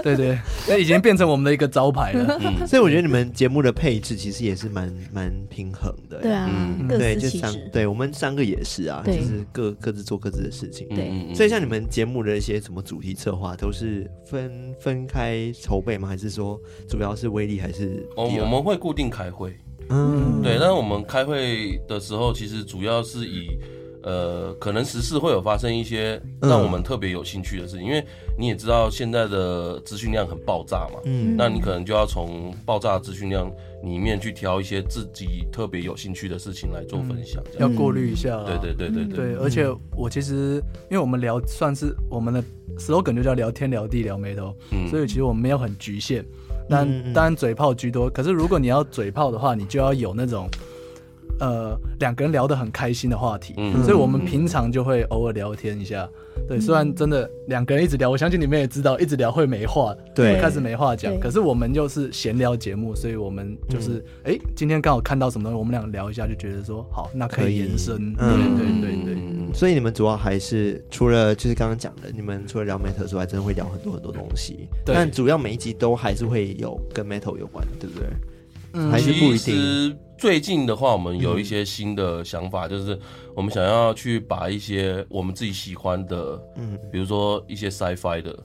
Speaker 4: 对对，那已经变成我们的一个招牌 了。
Speaker 3: 嗯
Speaker 1: 所以我觉得你们节目的配置其实也是蛮蛮平衡的欸，
Speaker 2: 对啊，各
Speaker 1: 对，
Speaker 2: 司
Speaker 1: 就
Speaker 2: 其
Speaker 1: 三
Speaker 2: 职，
Speaker 1: 对我们三个也是啊，就
Speaker 2: 对
Speaker 1: 是各各自做各自的事情。
Speaker 2: 对
Speaker 3: 嗯嗯
Speaker 1: 所以像你们节目的一些什么主题策划，都是分分开筹备吗？还是说主要是威力还是
Speaker 3: 我
Speaker 1: 第二
Speaker 3: 哦我们会固定开会，
Speaker 1: 嗯
Speaker 3: 对，但是我们开会的时候，其实主要是以。呃，可能时事会有发生一些
Speaker 1: 嗯
Speaker 3: 让我们特别有兴趣的事情，因为你也知道现在的资讯量很爆炸嘛，
Speaker 1: 嗯
Speaker 3: 那你可能就要从爆炸的资讯量里面去挑一些自己特别有兴趣的事情来做分享，这
Speaker 4: 要
Speaker 3: 样。
Speaker 4: 过滤一下啦。啊
Speaker 3: 对对对对对，
Speaker 4: 对，而且我其实因为我们聊算是我们的 slogan 就叫聊天聊地聊眉头，
Speaker 3: 嗯
Speaker 4: 所以其实我们没有很局限。但
Speaker 1: 嗯嗯
Speaker 4: 当然嘴炮居多，可是如果你要嘴炮的话，你就要有那种呃两个人聊得很开心的话题。
Speaker 3: 嗯
Speaker 4: 所以我们平常就会偶尔聊天一下。对，虽然真的两个人一直聊，我相信你们也知道，一直聊会没话，
Speaker 1: 对
Speaker 4: 开始没话讲。
Speaker 2: 对
Speaker 4: 可是我们又是闲聊节目，所以我们就是哎、
Speaker 1: 嗯
Speaker 4: 诶今天刚好看到什么东西，我们俩聊一下，就觉得说好，那可
Speaker 1: 可以
Speaker 4: 以延伸。
Speaker 1: 嗯
Speaker 4: 对对对对。
Speaker 3: 嗯
Speaker 1: 所以你们主要还是除了就是刚刚讲的，你们除了聊 metal 之外，真的会聊很多很多东西。
Speaker 4: 对
Speaker 1: 但主要每一集都还是会有跟 metal 有关，对不对？
Speaker 4: 嗯
Speaker 1: 还是不一
Speaker 3: 其
Speaker 1: 定。
Speaker 3: 实最近的话，我们有一些新的想
Speaker 1: 嗯
Speaker 3: 法，就是我们想要去把一些我们自己喜欢的，
Speaker 1: 嗯，
Speaker 3: 比如说一些 sci-fi 的，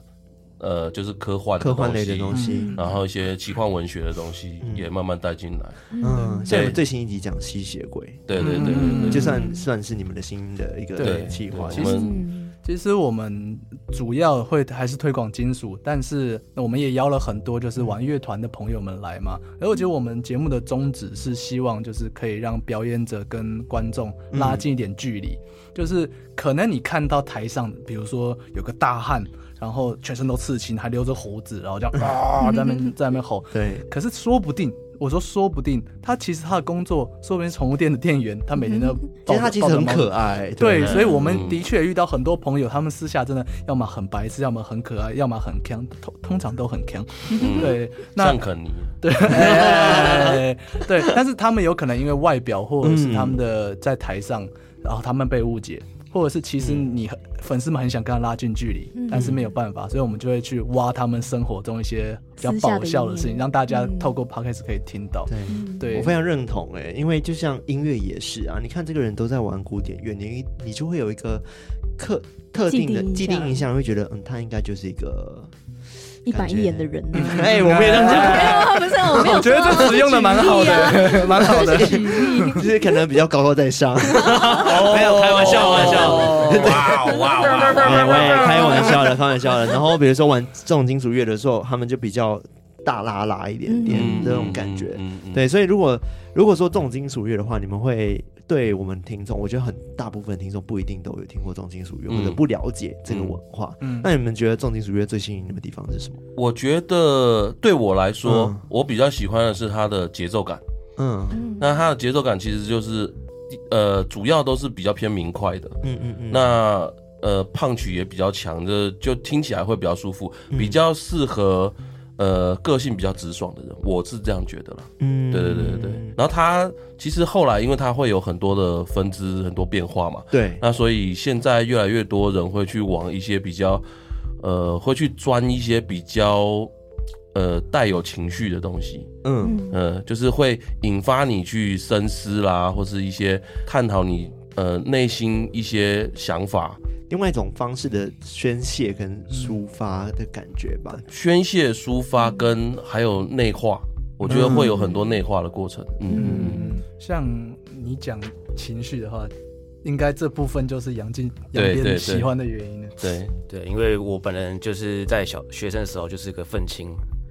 Speaker 3: 呃，就是科幻的
Speaker 1: 科幻类的
Speaker 3: 东
Speaker 1: 东
Speaker 3: 西，嗯
Speaker 1: 西，
Speaker 3: 然后一些奇幻文学的东西也慢慢带进来。
Speaker 1: 嗯，像你们
Speaker 3: 对
Speaker 1: 最新一集讲吸血鬼，
Speaker 3: 对对对
Speaker 4: 嗯
Speaker 3: 对
Speaker 1: 就
Speaker 3: 对，
Speaker 1: 算算是你们的新的一个
Speaker 3: 对
Speaker 1: 计划。
Speaker 3: 我们
Speaker 2: 嗯，
Speaker 4: 其实我们主要会还是推广金属，但是我们也邀了很多就是玩乐团的朋友们来嘛。而我觉得我们节目的宗旨是希望就是可以让表演者跟观众
Speaker 1: 嗯
Speaker 4: 拉近一点距离，就是可能你看到台上，比如说有个大汉，然后全身都刺青，还留着胡子，然后这 样啊在那边在那边吼，
Speaker 1: 对，
Speaker 4: 可是说不定，我说说不定，他其实他的工作说不定是宠物店的店员，他每天都
Speaker 1: 嗯其
Speaker 4: 抱
Speaker 1: 实
Speaker 4: 着
Speaker 1: 他其实很
Speaker 4: 抱着猫
Speaker 1: 可爱，
Speaker 4: 对，所以我
Speaker 3: 嗯
Speaker 4: 们的确遇到很多朋友，他们私下真的要么很白痴，要么很可爱，要么很强，通通常都很强。
Speaker 3: 嗯，
Speaker 4: 对，那
Speaker 3: 像肯尼，
Speaker 4: 对、 哎对，但是他们有可能因为外表或者是他们的在台上，然后他们被误解，或者是其实你很、粉丝们很想跟他拉近距离，但是没有办法，所以我们就会去挖他们生活中一些比较
Speaker 2: 私下的
Speaker 4: 爆笑的
Speaker 2: 一
Speaker 4: 事情，
Speaker 2: 面
Speaker 4: 让大家
Speaker 2: 嗯
Speaker 4: 透过 podcast 可以听到。
Speaker 1: 对。
Speaker 4: 对，
Speaker 1: 我非常认同哎、因为就像音乐也是啊，你看这个人都在玩古典乐，你你就会有一个刻特定的既
Speaker 2: 既定印象
Speaker 1: 定印象，会觉得嗯，他应该就是一个
Speaker 2: 一板一眼的人呢、
Speaker 1: 哎、我们也这样讲，
Speaker 2: 啊，不是，我没有说啊，
Speaker 4: 我觉得这词用的蛮好的，蛮好的
Speaker 2: 这。是举例。
Speaker 1: 就是可能比较高高在上。
Speaker 6: 没有哦开玩笑，开玩笑。
Speaker 3: 哇哦哇哦哇哦！
Speaker 1: 哎喂，开玩笑的，开玩笑的。然后比如说玩重金属乐的时候，他们就比较大拉拉一点点、
Speaker 3: 嗯
Speaker 1: 这种感觉。
Speaker 3: 嗯嗯嗯
Speaker 1: 对，所以如果如果说重金属乐的话，你们会对我们听众，我觉得很大部分听众不一定都有听过重金属乐，
Speaker 3: 嗯
Speaker 1: 或者不了解这个文化。
Speaker 4: 嗯
Speaker 1: 那你们觉得重金属乐最吸引你们的地方是什么？
Speaker 3: 我觉得对我来说，
Speaker 1: 嗯
Speaker 3: 我比较喜欢的是它的节奏感。
Speaker 1: 嗯
Speaker 2: 嗯
Speaker 3: 那它的节奏感其实就是，呃，主要都是比较偏明快的。
Speaker 1: 嗯嗯嗯，
Speaker 3: 那呃，胖曲也比较强的，就听起来会比较舒服，比较适合呃个性比较直爽的人，我是这样觉得啦。
Speaker 1: 嗯
Speaker 3: 对对对对对。然后它其实后来，因为它会有很多的分支，很多变化嘛，
Speaker 1: 对，
Speaker 3: 那所以现在越来越多人会去往一些比较，呃，会去钻一些比较，呃，带有情绪的东西，
Speaker 1: 嗯
Speaker 2: 嗯
Speaker 3: 呃，就是会引发你去深思啦，或是一些探讨你呃内心一些想法，
Speaker 1: 另外一种方式的宣泄跟抒发的感觉吧。
Speaker 3: 宣泄、抒发跟还有内化，我觉得会有很多内化的过程。嗯嗯
Speaker 4: 嗯，像你讲情绪的话，应该这部分就是杨静杨
Speaker 3: 对对对
Speaker 4: 边喜欢的原因了。
Speaker 3: 对，
Speaker 6: 对，因为我本人就是在小学生的时候就是个愤青，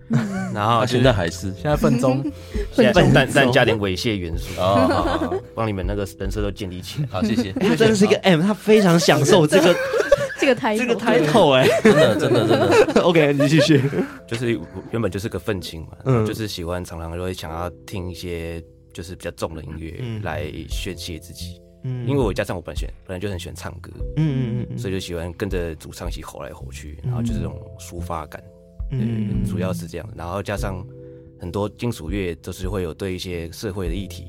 Speaker 6: 然后
Speaker 3: 啊，
Speaker 6: 就
Speaker 3: 现
Speaker 6: 是
Speaker 3: 在还是
Speaker 4: 现在 愤中，
Speaker 1: 嗯
Speaker 6: 现在但但加点猥亵元素，
Speaker 3: 啊，好好好
Speaker 6: 帮你们那个人设都建立起来。
Speaker 3: 好，谢谢，
Speaker 1: 他真的是一个 M，他非常享受这个
Speaker 2: 这个台
Speaker 1: 这个 title 哎、
Speaker 3: 真的真的真的。
Speaker 1: OK，你继续。
Speaker 6: 就是我原本就是个愤青嘛，
Speaker 1: 嗯
Speaker 6: 就是喜欢常常就会想要听一些就是比较重的音乐
Speaker 1: 嗯
Speaker 6: 来宣泄自己，
Speaker 1: 嗯
Speaker 6: 因为我加上我本身本来就很喜欢唱歌，
Speaker 1: 嗯嗯嗯
Speaker 6: 所以就喜欢跟着主唱一起吼来吼去，然后就是这种抒发感，
Speaker 1: 嗯
Speaker 6: 嗯，主要是这样，然后加上很多金属乐都是会有对一些社会的议题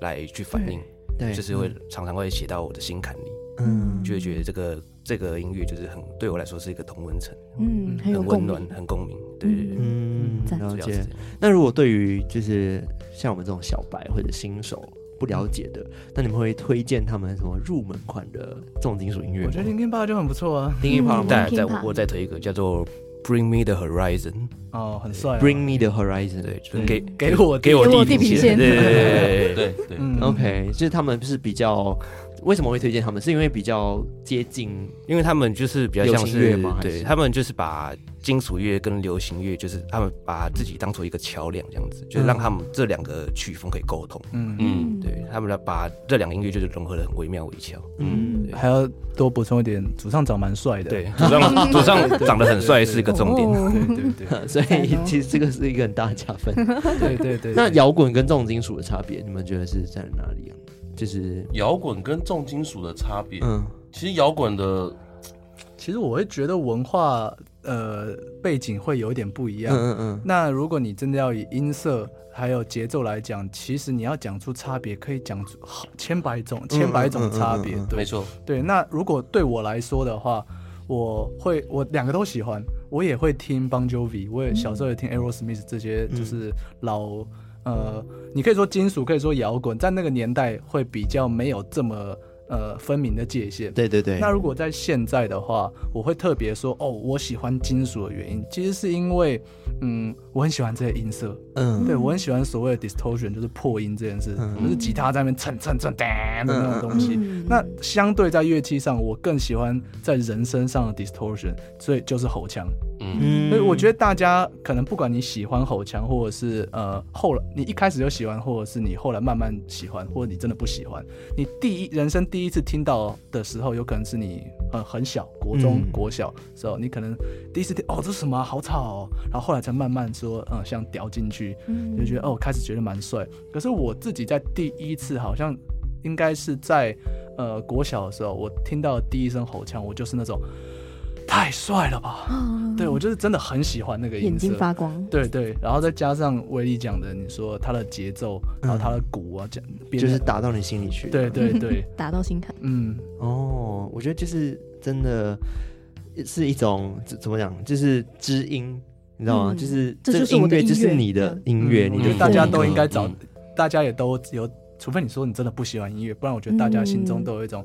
Speaker 6: 来去反应，
Speaker 1: 对，
Speaker 6: 就是会常常会写到我的心坎里，
Speaker 1: 嗯
Speaker 6: 就会觉得这个这个音乐就是很对我来说是一个同温层，
Speaker 2: 嗯，很有
Speaker 6: 很
Speaker 2: 共
Speaker 6: 温
Speaker 2: 鸣
Speaker 6: 暖，，很共鸣，对对对，
Speaker 1: 嗯，
Speaker 2: 赞
Speaker 1: 了
Speaker 6: 主要是
Speaker 1: 解
Speaker 6: 这。样。
Speaker 1: 那如果对于就是像我们这种小白或者新手不了解的，那你们会推荐他们什么入门款的重金属音乐
Speaker 4: 我
Speaker 1: 吗
Speaker 4: 觉得？林根爸就很不错啊。
Speaker 1: 听一
Speaker 2: 嗯
Speaker 1: 旁
Speaker 6: 再
Speaker 2: 听
Speaker 6: 再
Speaker 2: 吧
Speaker 6: 我再推一个叫做 Bring Me the Horizon，
Speaker 4: 哦，很帅啊。
Speaker 1: Bring Me the Horizon，嗯
Speaker 6: 对，就是给
Speaker 4: 给我
Speaker 6: 给我
Speaker 2: 给我地
Speaker 6: 地
Speaker 2: 平线
Speaker 6: 对对对对对
Speaker 3: 对对，
Speaker 4: 嗯
Speaker 1: OK，就是他们是比较为什么会推荐他们？是因为比较接近，
Speaker 6: 因为他们就是比较像
Speaker 1: 流
Speaker 6: 是
Speaker 1: 行乐吗还是
Speaker 6: 对他们就是把金属乐跟流行乐，就是他们把自己当做一个桥梁这样子，就是让他们这两个曲风可以沟通。
Speaker 4: 嗯，
Speaker 3: 嗯，
Speaker 6: 对他们来把这两个音乐就是融合的很惟妙惟肖。
Speaker 1: 嗯，
Speaker 4: 还要多补充一点，主唱长蛮帅的。
Speaker 6: 对，主上主上长得很帅是一个重点。
Speaker 2: 哦
Speaker 4: 对对对
Speaker 1: 呃所以
Speaker 2: 赞哦
Speaker 1: 其实这个是一个很大的加分。
Speaker 4: 对对对。
Speaker 1: 那摇滚跟重金属的差别，你们觉得是在哪里啊？就是
Speaker 3: 摇滚跟重金属的差别，
Speaker 1: 嗯
Speaker 3: 其实摇滚的
Speaker 4: 其实我会觉得文化呃背景会有一点不一
Speaker 1: 嗯
Speaker 4: 样。
Speaker 1: 嗯嗯，
Speaker 4: 那如果你真的要以音色还有节奏来讲，其实你要讲出差别，可以讲出好千百种、千百种差别。
Speaker 1: 嗯嗯嗯嗯嗯
Speaker 3: 没
Speaker 4: 对
Speaker 3: 错，
Speaker 4: 对。那如果对我来说的话，我会我两个都喜欢，我也会听 Bon Jovi，我也小时候也听
Speaker 1: 嗯
Speaker 4: Aerosmith 这些，就是老、呃，你可以说金属，可以说摇滚，在那个年代会比较没有这么呃分明的界限。
Speaker 1: 对对对。
Speaker 4: 那如果在现在的话，我会特别说哦，我喜欢金属的原因，其实是因为，嗯，我很喜欢这些音色，
Speaker 1: 嗯
Speaker 4: 对我很喜欢所谓的 distortion，就是破音这件事，就是吉他在那边蹭蹭蹭哒的那种东
Speaker 1: 嗯
Speaker 4: 西。那相对在乐器上，我更喜欢在人身上的 distortion，所以就是吼腔。
Speaker 1: 嗯
Speaker 4: 所以我觉得大家可能不管你喜欢吼腔，或者是呃后来你一开始就喜欢，或者是你后来慢慢喜欢，或者你真的不喜欢，你第一人生第一次听到的时候，有可能是你呃很小，国中、
Speaker 1: 嗯
Speaker 4: 国小时候，你可能第一次听哦这是什么啊、好吵、哦，然后后来才慢慢说嗯、呃像掉进去，
Speaker 2: 嗯
Speaker 4: 就觉得哦开始觉得蛮帅。可是我自己在第一次好像应该是在呃国小的时候，我听到的第一声吼腔，我就是那种太帅了吧。对我就是真的很喜欢那个
Speaker 2: 嗯眼
Speaker 4: 音色
Speaker 2: 睛，发光，
Speaker 4: 对对，然后再加上威力讲的，你说他的节奏，然后他的鼓啊，讲编
Speaker 1: 嗯就是
Speaker 4: 的
Speaker 1: 打到你心里去。
Speaker 4: 对对 对，
Speaker 2: 打到心坎，
Speaker 4: 嗯，
Speaker 1: 哦，我觉得就是真的是一种怎怎么讲，就是知音，你知道吗？
Speaker 2: 嗯
Speaker 1: 就是
Speaker 2: 这
Speaker 1: 个
Speaker 2: 就是
Speaker 1: 音
Speaker 2: 我的
Speaker 1: 乐，
Speaker 2: 音
Speaker 1: 这是
Speaker 2: 乐
Speaker 1: 你的音乐，
Speaker 4: 嗯
Speaker 1: 你
Speaker 4: 我
Speaker 1: 的
Speaker 4: 觉
Speaker 1: 风
Speaker 4: 得大家
Speaker 1: 格
Speaker 4: 都应该找
Speaker 3: 嗯，
Speaker 4: 大家也都有，除非你说你真的不喜欢音乐，不然我觉得大家心中都有一种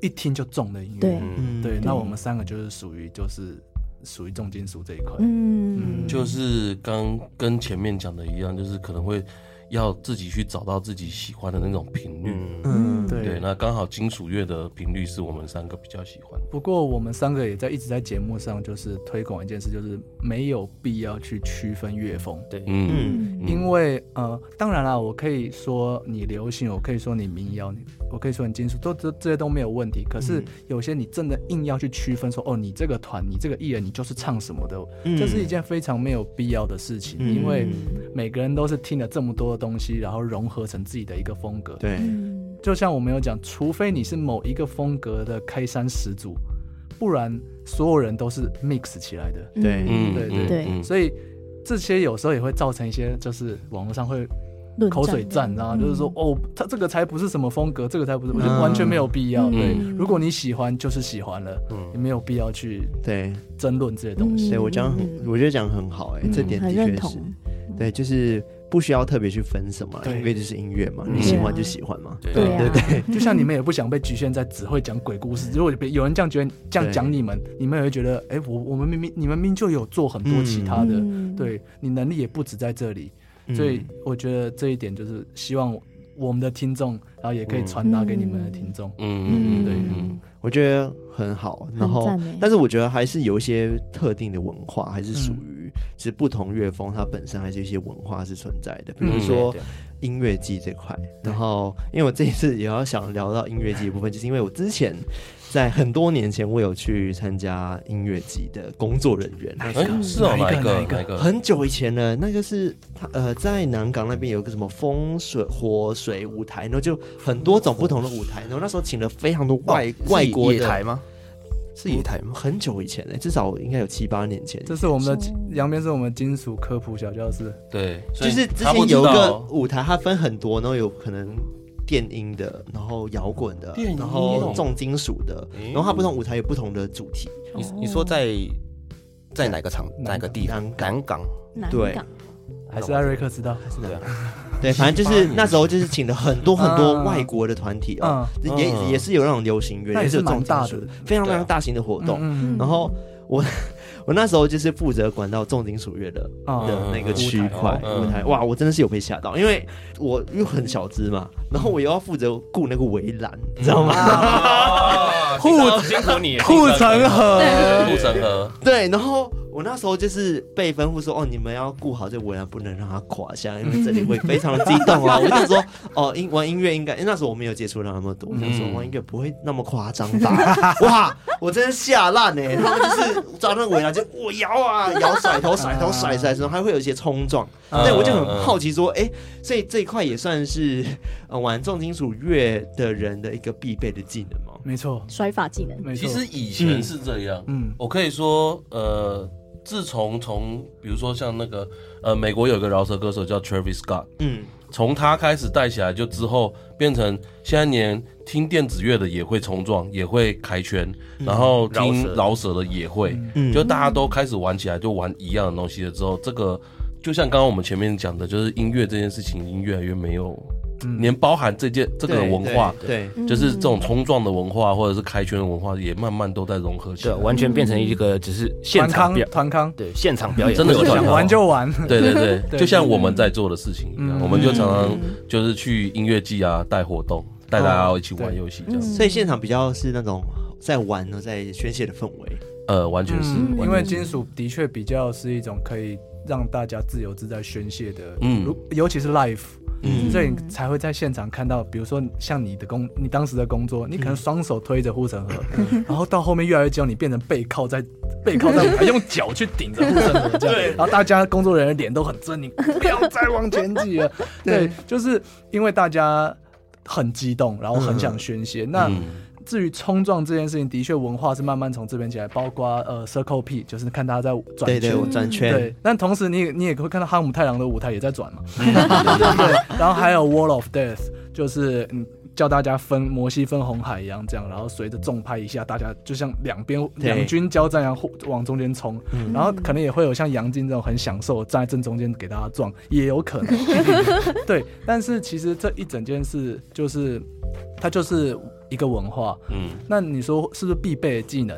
Speaker 4: 一听就中的音乐。
Speaker 2: 嗯对
Speaker 6: 嗯，
Speaker 1: 嗯
Speaker 4: 对，
Speaker 2: 对
Speaker 4: 那我们三个就是属于就是属于重金属这一块。
Speaker 2: 嗯，
Speaker 3: 就是刚跟前面讲的一样，就是可能会要自己去找到自己喜欢的那种频率。
Speaker 6: 嗯，
Speaker 1: 嗯，
Speaker 4: 对
Speaker 3: 对，那刚好金属乐的频率是我们三个比较喜欢的。
Speaker 4: 不过我们三个也在一直在节目上就是推广一件事，就是没有必要去区分乐风，
Speaker 6: 对，
Speaker 3: 嗯，
Speaker 2: 嗯
Speaker 3: 嗯
Speaker 4: 因为呃，当然啦，我可以说你流行，我可以说你民谣，你我可以说你金属，都这这些都没有问题。可是有些你真的硬要去区分说，哦，你这个团，你这个艺人，你就是唱什么的，
Speaker 1: 嗯
Speaker 4: 这是一件非常没有必要的事情，
Speaker 1: 嗯
Speaker 4: 因为
Speaker 2: 嗯
Speaker 4: 每个人都是听了这么多的东西，然后融合成自己的一个风格。
Speaker 1: 对，
Speaker 2: 嗯
Speaker 4: 就像我们有讲，除非你是某一个风格的开山始祖，不然所有人都是 mix 起来的。
Speaker 1: 对
Speaker 3: 嗯
Speaker 4: 对
Speaker 3: 嗯
Speaker 2: 对
Speaker 3: 嗯
Speaker 4: 所以这些有时候也会造成一些，就是网络上会
Speaker 2: 论
Speaker 4: 口水战，
Speaker 2: 啊嗯
Speaker 4: 然后就是说，哦，他这个才不是什么风格，这个才不是，我觉得完全没有必要。
Speaker 2: 嗯
Speaker 4: 对
Speaker 2: 嗯，
Speaker 4: 如果你喜欢就是喜欢了，也没有必要去
Speaker 1: 对，
Speaker 4: 争论这些东西。
Speaker 1: 对我讲
Speaker 2: 嗯
Speaker 1: 很，我觉得讲很好，哎，这点的
Speaker 2: 很认
Speaker 1: 确是，
Speaker 2: 同，嗯
Speaker 1: 对，就是不需要特别去分什么啦，
Speaker 4: 对
Speaker 1: 音乐就是音乐嘛，
Speaker 6: 嗯
Speaker 1: 你喜欢
Speaker 2: 对啊
Speaker 1: 就喜欢嘛，
Speaker 6: 对
Speaker 2: 对嗯啊，
Speaker 4: 就像你们也不想被局限在只会讲鬼故事，如果有人这样觉得这样讲你们，你们也会觉得，哎，我我们明明你们明明就有做很多其他的，
Speaker 2: 嗯
Speaker 4: 对你能力也不止在这里，
Speaker 1: 嗯
Speaker 4: 所以我觉得这一点就是希望我们的听众，然后也可以传达给你们的听众。
Speaker 3: 嗯嗯
Speaker 2: 对
Speaker 3: 嗯嗯，
Speaker 1: 我觉得很好，然后
Speaker 2: 赞欸
Speaker 1: 但是我觉得还是有一些特定的文化，还是属
Speaker 4: 嗯
Speaker 1: 于其实不同乐风，它本身还是有一些文化是存在的，比如
Speaker 4: 嗯
Speaker 1: 说
Speaker 6: 对
Speaker 1: 音乐季这块。然后，因为我这一次也要想聊到音乐季的部分，就是因为我之前在很多年前我有去参加音乐季的工作人员，那时候
Speaker 3: 哎，是哦，哪
Speaker 4: 哪
Speaker 3: 一
Speaker 4: 一
Speaker 3: 个
Speaker 4: 个
Speaker 3: 哪一个？
Speaker 1: 很久以前了，那个是他呃，在南港那边有个什么风水火水舞台，然后就很多种不同的舞台，然后那时候请了非常多外、外国
Speaker 6: 哦是野
Speaker 1: 的
Speaker 6: 台吗？是野台吗？
Speaker 1: 很久以前嘞，至少应该有七八年前。
Speaker 4: 这是我们的
Speaker 2: 是
Speaker 4: 杨边是我们金属科普小教室，
Speaker 3: 对，所
Speaker 1: 就
Speaker 3: 以
Speaker 1: 是之
Speaker 3: 他不
Speaker 1: 前
Speaker 3: 知
Speaker 1: 有一个
Speaker 3: 道
Speaker 1: 舞台，它分很多，然后有可能电音的，然后摇滚的，
Speaker 3: 电音
Speaker 1: 然
Speaker 3: 哦
Speaker 1: 后重金属的，然后它不同舞台有不同的主题。
Speaker 6: 你你
Speaker 2: 哦
Speaker 6: 说在在哪个场哪个地方？
Speaker 1: 南
Speaker 3: 哦
Speaker 1: 港
Speaker 6: 南港，
Speaker 2: 南
Speaker 1: 对
Speaker 2: 港
Speaker 4: 还是艾瑞克知道？
Speaker 6: 对啊，
Speaker 1: 对，反正就是那时候就是请了很多很多
Speaker 4: 嗯
Speaker 1: 外国的团体哦，也
Speaker 3: 啊嗯
Speaker 1: 也是有那种流行乐，
Speaker 4: 那也
Speaker 1: 是有
Speaker 4: 是
Speaker 1: 重
Speaker 4: 蛮大
Speaker 1: 金
Speaker 4: 的
Speaker 1: 属的，非常非常大型的活动。
Speaker 4: 嗯
Speaker 1: 然后我我那时候就是负责管到重金属乐的
Speaker 4: 啊
Speaker 1: 的那个区块
Speaker 3: 嗯
Speaker 1: 舞台，哇，我真的是有被吓到，因为我又很小只嘛，然后我又要负责顾那个围栏，你知道吗？
Speaker 3: 啊
Speaker 5: 护辛苦你，
Speaker 4: 护城河，
Speaker 3: 护城河，
Speaker 1: 对，然后我那时候就是被吩咐说，哦，你们要顾好这围栏，不能让它垮下，因为这里会非常的激动 啊。我就说，哦，音玩音乐应该，因为那时候我没有接触到那么多，我想说
Speaker 3: 嗯
Speaker 1: 玩音乐不会那么夸张 吧？哇，我真是吓烂哎！然后就是抓那个围栏就我摇啊摇，甩头甩头甩甩，然后还会有一些冲撞。
Speaker 3: 嗯
Speaker 1: 对，我就很好奇说，哎，所以这一块也算是呃玩重金属乐的人的一个必备的技能吗？
Speaker 4: 没错，
Speaker 2: 甩法技能，
Speaker 4: 没
Speaker 3: 其
Speaker 4: 错。
Speaker 3: 实以前是这样，
Speaker 4: 嗯
Speaker 3: 我可以说，呃，自从从比如说像那个呃，美国有个饶舌歌手叫 Travis Scott，
Speaker 1: 嗯，
Speaker 3: 从他开始带起来，就之后变成现在连听电子乐的也会冲撞，也会开圈，然后听饶舌的也会，
Speaker 1: 嗯
Speaker 3: 就大家都开始玩起来，就玩一样的东西了之后，这个就像刚刚我们前面讲的，就是音乐这件事情已经越来越没有，
Speaker 4: 嗯
Speaker 3: 连包含这件这个文化。
Speaker 1: 嗯对对。对
Speaker 3: 就是这
Speaker 2: 嗯
Speaker 3: 种冲撞的文化，或者是开圈的文化，也慢慢都在融合起
Speaker 6: 对
Speaker 3: 来
Speaker 6: 啊，。完全变成一个只是现
Speaker 4: 团
Speaker 6: 场
Speaker 4: 康
Speaker 6: 表，
Speaker 4: 团康，
Speaker 6: 对，现场表演
Speaker 3: 真的有
Speaker 6: 会有
Speaker 3: 团
Speaker 4: 想
Speaker 3: 康
Speaker 4: 玩就玩。
Speaker 3: 对对对，
Speaker 4: 对
Speaker 3: 就像我们在做的事情一样，
Speaker 4: 嗯
Speaker 3: 我们就常常
Speaker 2: 嗯
Speaker 3: 就是去音乐季啊，带活动，带大家一起玩游戏这样
Speaker 4: 哦
Speaker 3: 子。
Speaker 1: 所以现场比较是那种在玩呢，在宣泄的氛围。
Speaker 3: 呃，完全是，
Speaker 4: 嗯，
Speaker 3: 完
Speaker 4: 因为
Speaker 3: 全
Speaker 4: 金
Speaker 3: 是
Speaker 4: 属的确比较是一种可以让大家自由自在宣泄的，
Speaker 3: 嗯
Speaker 4: 嗯，如尤其是 l i f e
Speaker 1: 嗯
Speaker 4: 所以你才会在现场看到，比如说像你的工，你当时的工作，你可
Speaker 3: 嗯
Speaker 4: 能双手推着护城河，然后到后面越来越久，你变成背靠在 背靠在 舞台，用脚去顶着护城河这样，然后大家工作人员脸都很狰狞，不要再往前挤了。对，就是因为大家很激动，然后很想宣泄，
Speaker 1: 嗯
Speaker 4: 那。至于冲撞这件事情，的确文化是慢慢从这边起来，包括呃 Circle P，就是看大家在转
Speaker 1: 对
Speaker 4: 圈。
Speaker 1: 对，我转圈。
Speaker 4: 对但同时你也你也会看到哈姆太郎的舞台也在转嘛， 对，然后还有 Wall of Death，就是嗯叫大家分摩西分红海一样这样，然后随着重拍一下，大家就像两边
Speaker 1: 对
Speaker 4: 两军交战一样互往中间冲，然后可能也会有像杨静这种很享受站在正中间给大家撞，也有可能，对，但是其实这一整件事就是它就是一个文化。
Speaker 3: 嗯，
Speaker 4: 那你说是不是必备的技能？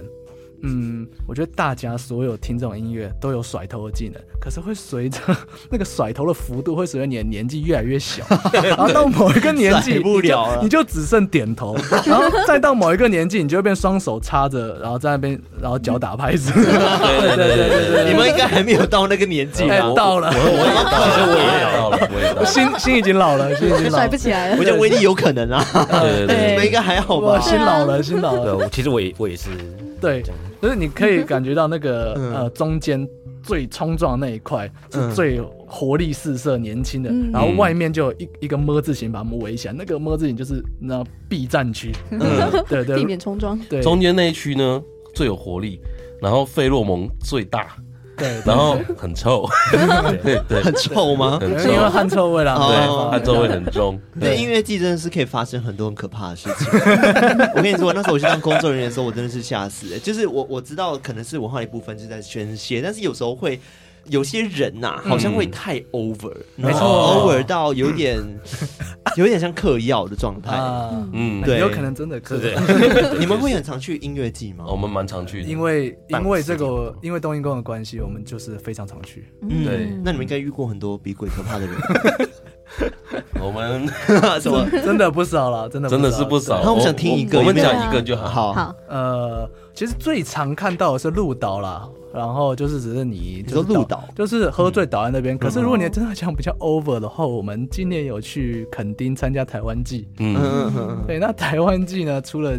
Speaker 4: 嗯，我觉得大家所有听这种音乐都有甩头的技能，可是会随着 那个甩头的幅度，会随着你的年纪越来越小，然后到某一个年纪
Speaker 1: 甩不了了
Speaker 4: 你就，你就只剩点头，然后再到某一个年纪，你就会变双手插着，然后在那边，然后脚打拍子。
Speaker 3: 对对对对对，
Speaker 1: 你们应该还没有到那个年纪
Speaker 4: 哎
Speaker 1: 吧？
Speaker 4: 到了
Speaker 3: 我我也到了，其实我也到了，我也到了，
Speaker 4: 心心已经老了，心已经老
Speaker 2: 甩
Speaker 4: 了
Speaker 2: 不，起来了
Speaker 1: 我。觉得威力有可能啊，但是
Speaker 3: 对对对
Speaker 1: 你们应该还好
Speaker 4: 哇，
Speaker 1: 吧？
Speaker 4: 心老了，心老
Speaker 6: 对，
Speaker 4: 了。
Speaker 6: 我其实我也我也是
Speaker 4: 对，就是你可以感觉到那个
Speaker 1: 嗯
Speaker 4: 呃中间最冲撞的那一块
Speaker 1: 嗯
Speaker 4: 是最活力四射、年轻的
Speaker 2: 嗯，
Speaker 4: 然后外面就有一一个么字形把它们围起来，那个么字形就是那避战区， 对
Speaker 2: 避
Speaker 4: 对
Speaker 2: 免冲撞，
Speaker 4: 对，
Speaker 3: 中间那一区呢最有活力，然后费洛蒙最大，
Speaker 4: 对，
Speaker 3: 然后 很臭，对 对，
Speaker 1: 很臭吗？
Speaker 3: 很
Speaker 4: 是因为
Speaker 3: 重，
Speaker 4: 汗臭味啦，
Speaker 1: 哦
Speaker 3: 对
Speaker 1: 哦，
Speaker 3: 它周围很重，
Speaker 1: 那音乐季真的是可以发生很多很可怕的事情。我跟你说，那时候我去当工作人员的时候，我真的是吓死、欸。就是我我知道可能是文化一部分是在宣泄，但是有时候会有些人呐、好像会太 over，、没
Speaker 4: 嗯错
Speaker 1: over 到有点、有点像嗑药的状态。
Speaker 4: 啊，
Speaker 3: 嗯，
Speaker 1: 对
Speaker 4: 有可能真的可以。
Speaker 1: 你们会很常去音乐季吗？
Speaker 3: 我们蛮常去的，
Speaker 4: 因为因为这个因为冬阴功的关系，我们就是非常常去。
Speaker 1: 嗯
Speaker 3: 对
Speaker 1: 那你们应该遇过很多比鬼可怕的人，
Speaker 3: 我们
Speaker 1: 什么？
Speaker 4: 真的不少了，真的
Speaker 3: 真的是不
Speaker 4: 对
Speaker 3: 少。
Speaker 1: 那我们想听一个
Speaker 3: 哦我们
Speaker 1: 有没有
Speaker 4: 啊
Speaker 3: 讲一个就啊
Speaker 1: 好，
Speaker 3: 好。
Speaker 2: 好，
Speaker 4: 呃，其实最常看到的是鹿岛啦，然后就是只是你
Speaker 1: 你说
Speaker 4: 就是倒
Speaker 1: 鹿岛
Speaker 4: 就是喝醉倒在那边。可是如果你真的讲比较 over 的话，我们今年有去垦丁参加台湾季，
Speaker 3: 嗯，
Speaker 1: 嗯嗯嗯嗯，
Speaker 4: 对，那台湾季呢，除了